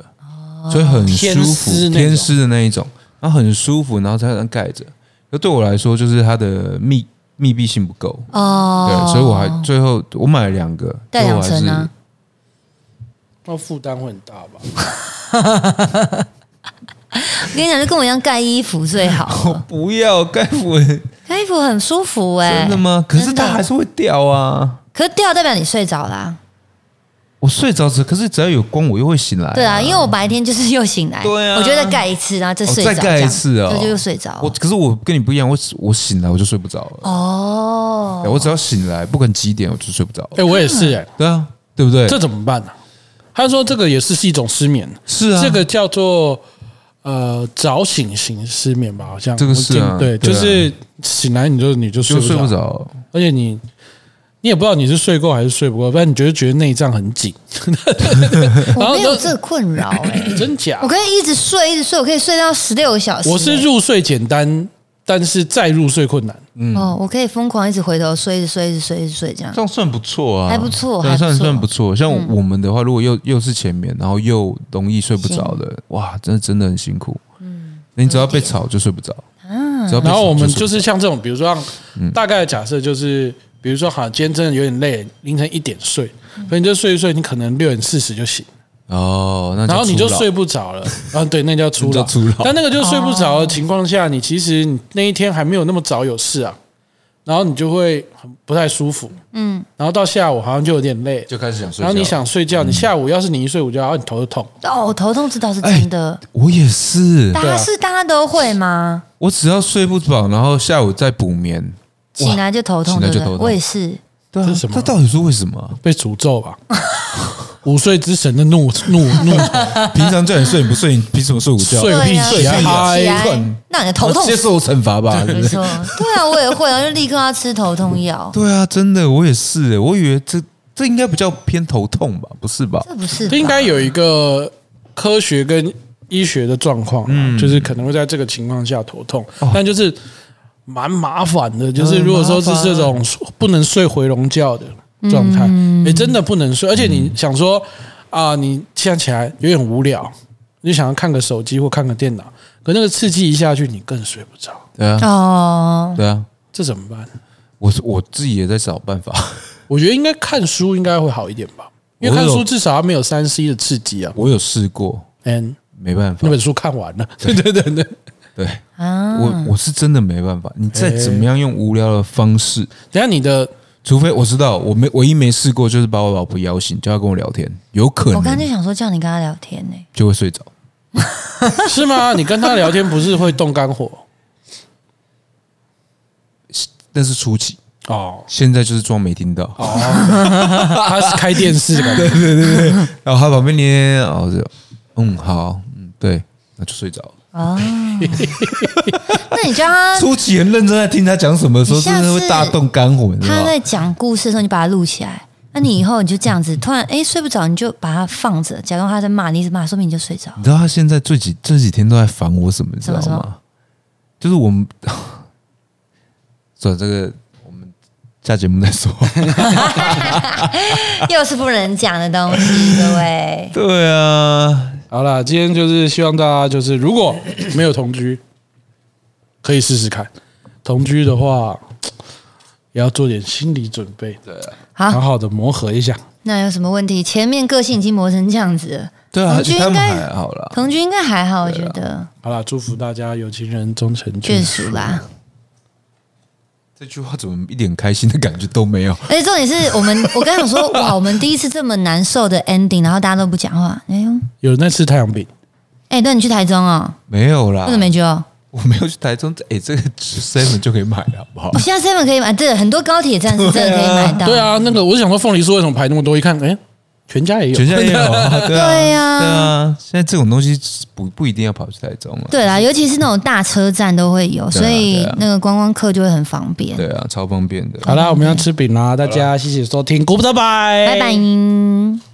Speaker 2: 哦
Speaker 3: 所以很舒
Speaker 1: 天丝
Speaker 3: 服，
Speaker 1: 那种
Speaker 3: 天丝的那一种，然后很舒服，然后再这样盖着。那对我来说，就是它的密密闭性不够，
Speaker 2: 哦，
Speaker 3: 对，所以我还最后我买了两个，
Speaker 2: 戴
Speaker 3: 最
Speaker 2: 两
Speaker 3: 后我还
Speaker 2: 层
Speaker 3: 是
Speaker 2: 啊，
Speaker 1: 那负担会很大吧？
Speaker 2: 我跟你讲，就跟我一样盖衣服最
Speaker 3: <laughs>
Speaker 2: 好了
Speaker 3: 不要盖稳，
Speaker 2: 盖衣服很舒服哎、
Speaker 3: 真的吗？可是
Speaker 2: 真的
Speaker 3: 它还是会掉啊。
Speaker 2: 可是掉代表你睡着啦、
Speaker 3: 我睡着时，可是只要有光，我又会醒来、
Speaker 2: 对啊，因为我白天就是又醒来，
Speaker 3: 哎对啊
Speaker 2: 我就再盖一次，然后再
Speaker 3: 哦
Speaker 2: 睡着、
Speaker 3: 再盖一次哦
Speaker 2: 这样就又睡着
Speaker 3: 我
Speaker 2: 了。
Speaker 3: 可是我跟你不一样，我我醒来我就睡不着了。哎
Speaker 2: 哦，
Speaker 3: 我只要醒来，不管几点，我就睡不着了
Speaker 1: 哎、。我也是哎、
Speaker 3: 对啊，对不对？
Speaker 1: 这怎么办呢、啊他说这个也是是一种失眠，
Speaker 3: 是啊，
Speaker 1: 这个叫做呃早醒型失眠吧，好像
Speaker 3: 这个是啊
Speaker 1: 我记得对，
Speaker 3: 对啊
Speaker 1: 就是醒来你就你就睡
Speaker 3: 就
Speaker 1: 不
Speaker 3: 睡
Speaker 1: 着，
Speaker 3: 不着。
Speaker 1: 而且你你也不知道你是睡够还是睡不够，但你就是觉得内脏很紧，
Speaker 2: 我没有
Speaker 1: 然后
Speaker 2: 这个困扰哎、
Speaker 1: <coughs> 真假
Speaker 2: 我？可以一直睡，一直睡，我可以睡到十六个小时、欸
Speaker 1: 我是入睡简单，但是再入睡困难。
Speaker 2: 哦，我可以疯狂一直回头睡，一直睡，一直睡，一直睡这样
Speaker 3: 这。样算不错啊，
Speaker 2: 还不错
Speaker 3: 对，
Speaker 2: 还不错嗯
Speaker 3: 算算不错。像我们的话，如果又又是前面，然后又容易睡不着的，哇，真的真的很辛苦。嗯，你只要被吵就睡不着，
Speaker 2: 啊
Speaker 3: 只要被
Speaker 1: 然后
Speaker 3: 吵
Speaker 1: 我们
Speaker 3: 睡不
Speaker 1: 就
Speaker 3: 着
Speaker 1: 是像这种，比如说
Speaker 3: 嗯
Speaker 1: 像大概的假设就是，比如说好，今天真的有点累，凌晨一点睡，所以你就睡一睡，你可能六点四十就醒，
Speaker 3: 哦，那
Speaker 1: 然后你就
Speaker 3: 初老
Speaker 1: 睡不着了。啊，对，那叫初老。
Speaker 3: 那叫初老
Speaker 1: 但那个就睡不着的情况下，你其实你那一天还没有那么早有事啊，然后你就会很不太舒服，嗯，然后到下午好像就有点累，
Speaker 3: 就开始想睡。
Speaker 1: 然后你，想睡觉，你下午要是你一睡午觉，然后啊你头就痛。
Speaker 2: 哦，我头痛这倒是真的，
Speaker 3: 我也是，
Speaker 2: 大
Speaker 1: 对啊
Speaker 2: 家是大家都会吗？
Speaker 3: 我只要睡不着，然后下午再补眠，
Speaker 2: 醒来就头痛，
Speaker 3: 醒来
Speaker 2: 对
Speaker 3: 就
Speaker 2: 不
Speaker 3: 头
Speaker 2: 对？
Speaker 3: 痛
Speaker 2: 我也是，
Speaker 3: 对啊
Speaker 1: 这是什么
Speaker 3: 这到底是为什么啊？
Speaker 1: 被诅咒吧， <laughs> 午睡之神的怒怒怒
Speaker 3: 平常叫你睡你不睡，你凭什么睡午觉？
Speaker 1: 睡个屁
Speaker 2: 对
Speaker 1: 起
Speaker 2: 啊
Speaker 1: 来
Speaker 2: 起来
Speaker 3: 困，
Speaker 2: 那你的头痛
Speaker 3: 接受惩罚吧，对
Speaker 2: 没
Speaker 3: 不对？
Speaker 2: 错，对啊，我也会啊，就立刻要吃头痛药，
Speaker 3: 对啊，真的，我也是耶，我以为这这应该比较偏头痛吧，不是吧？
Speaker 2: 这不是
Speaker 1: <laughs>
Speaker 2: 吧
Speaker 1: 这应该有一个科学跟医学的状况啊、
Speaker 3: 嗯
Speaker 1: 就是可能会在这个情况下头痛，
Speaker 3: 哦
Speaker 1: 但就是蛮麻烦的。就是
Speaker 3: 嗯
Speaker 1: 如果说是这种不能睡回笼觉的状态，
Speaker 3: 嗯
Speaker 1: 也真的不能睡，而且你想说啊、你现在起来有点无聊，你就想要看个手机或看个电脑，可那个刺激一下去，你更睡不着，
Speaker 3: 对啊，
Speaker 2: 哦，
Speaker 3: 对啊，
Speaker 1: 这怎么办？
Speaker 3: 我我自己也在找办法。 <laughs>
Speaker 1: 我觉得应该看书应该会好一点吧，因为
Speaker 3: 我有
Speaker 1: 看书至少它没有三 C 的刺激啊。
Speaker 3: 我有试过，
Speaker 1: 嗯，
Speaker 3: 没办法
Speaker 1: 那，本书看完了，对 <laughs> 对对对。
Speaker 3: 对
Speaker 2: 啊，
Speaker 3: 我我是真的没办法。你再怎么样用无聊的方式，
Speaker 1: 等一下你 <laughs> 的
Speaker 3: 除非我知道我没唯一没试过，就是把我老婆摇醒，叫她跟我聊天，有可
Speaker 2: 我刚刚就
Speaker 3: 能
Speaker 2: 想说叫你跟他聊天呢、
Speaker 3: 就会睡着。
Speaker 1: 是吗？你跟他聊天不是会动肝火
Speaker 3: 但是初期，
Speaker 1: 哦？
Speaker 3: 现在就是装没听到。
Speaker 1: 哦，他是开电视的感
Speaker 3: <laughs>
Speaker 1: 觉。
Speaker 3: 然后她旁边呢，然后就嗯好，嗯对，那就睡着了。
Speaker 2: 哦，那你叫他
Speaker 3: 初期很认真在听他讲什么的时候，
Speaker 2: 你
Speaker 3: 真
Speaker 2: 下次
Speaker 3: 的会大动肝火，你知
Speaker 2: 他
Speaker 3: 道吗
Speaker 2: 在？讲故事的时候，你把它录起来。那你以后你就这样子，突然哎睡不着，你就把它放着，假装他在骂你，一直骂，说明你就睡着。
Speaker 3: 你知道他现在这几这几天都在烦我什么，你知道
Speaker 2: 什么什
Speaker 3: 吗？就是我们， <laughs> 算了这个我们下节目
Speaker 2: <laughs>
Speaker 3: 再说。
Speaker 2: 又是不能讲的东西，各位。
Speaker 3: 对啊，
Speaker 1: 好啦，今天就是希望大家就是如果没有同居，可以试试看。同居的话，也要做点心理准备，好
Speaker 2: 好，
Speaker 1: 好的磨合一下。
Speaker 2: 那有什么问题？前面个性已经磨成这样子了，
Speaker 3: 对啊，
Speaker 2: 同居
Speaker 3: 他
Speaker 2: 应
Speaker 3: 们
Speaker 2: 该
Speaker 3: 还好啦。
Speaker 2: 同居应该还好，我觉得
Speaker 3: 啊嗯
Speaker 1: 好啦，祝福大家有情人终成眷
Speaker 2: 眷
Speaker 1: 属。
Speaker 2: 属啦。
Speaker 3: 这句话怎么一点开心的感觉都没有？
Speaker 2: 而且重点是我们，我刚想
Speaker 3: <laughs>
Speaker 2: 说，哇，我们第一次这么难受的 ending，然后大家都不讲话。哎呦，
Speaker 1: 有人在吃太阳饼，
Speaker 2: 哎，对你去台中哦，
Speaker 3: 没有啦
Speaker 2: 为，什么没去哦？
Speaker 3: 我没有去台中，哎，这个 seven 就可以买了，好不好
Speaker 2: 哦？现在 seven 可以买，对，很多高铁站是真的可以买到。
Speaker 1: 对，啊，那个我是想说凤梨酥为什么排那么多？一看，哎，全家也有，
Speaker 3: 全家也有啊，对啊，
Speaker 2: 对
Speaker 3: 对
Speaker 2: 啊
Speaker 3: 啊，现在这种东西不不一定要跑去台中啊了，
Speaker 2: 对啦，尤其是那种大车站都会有，
Speaker 3: 对啊
Speaker 2: 所以
Speaker 3: 对啊
Speaker 2: 那个观光客就会很方便。
Speaker 3: 对啊，超方便的。
Speaker 1: 好啦，我们要吃饼啦，大家谢谢收听，古拜拜，
Speaker 3: 哎
Speaker 2: 拜拜。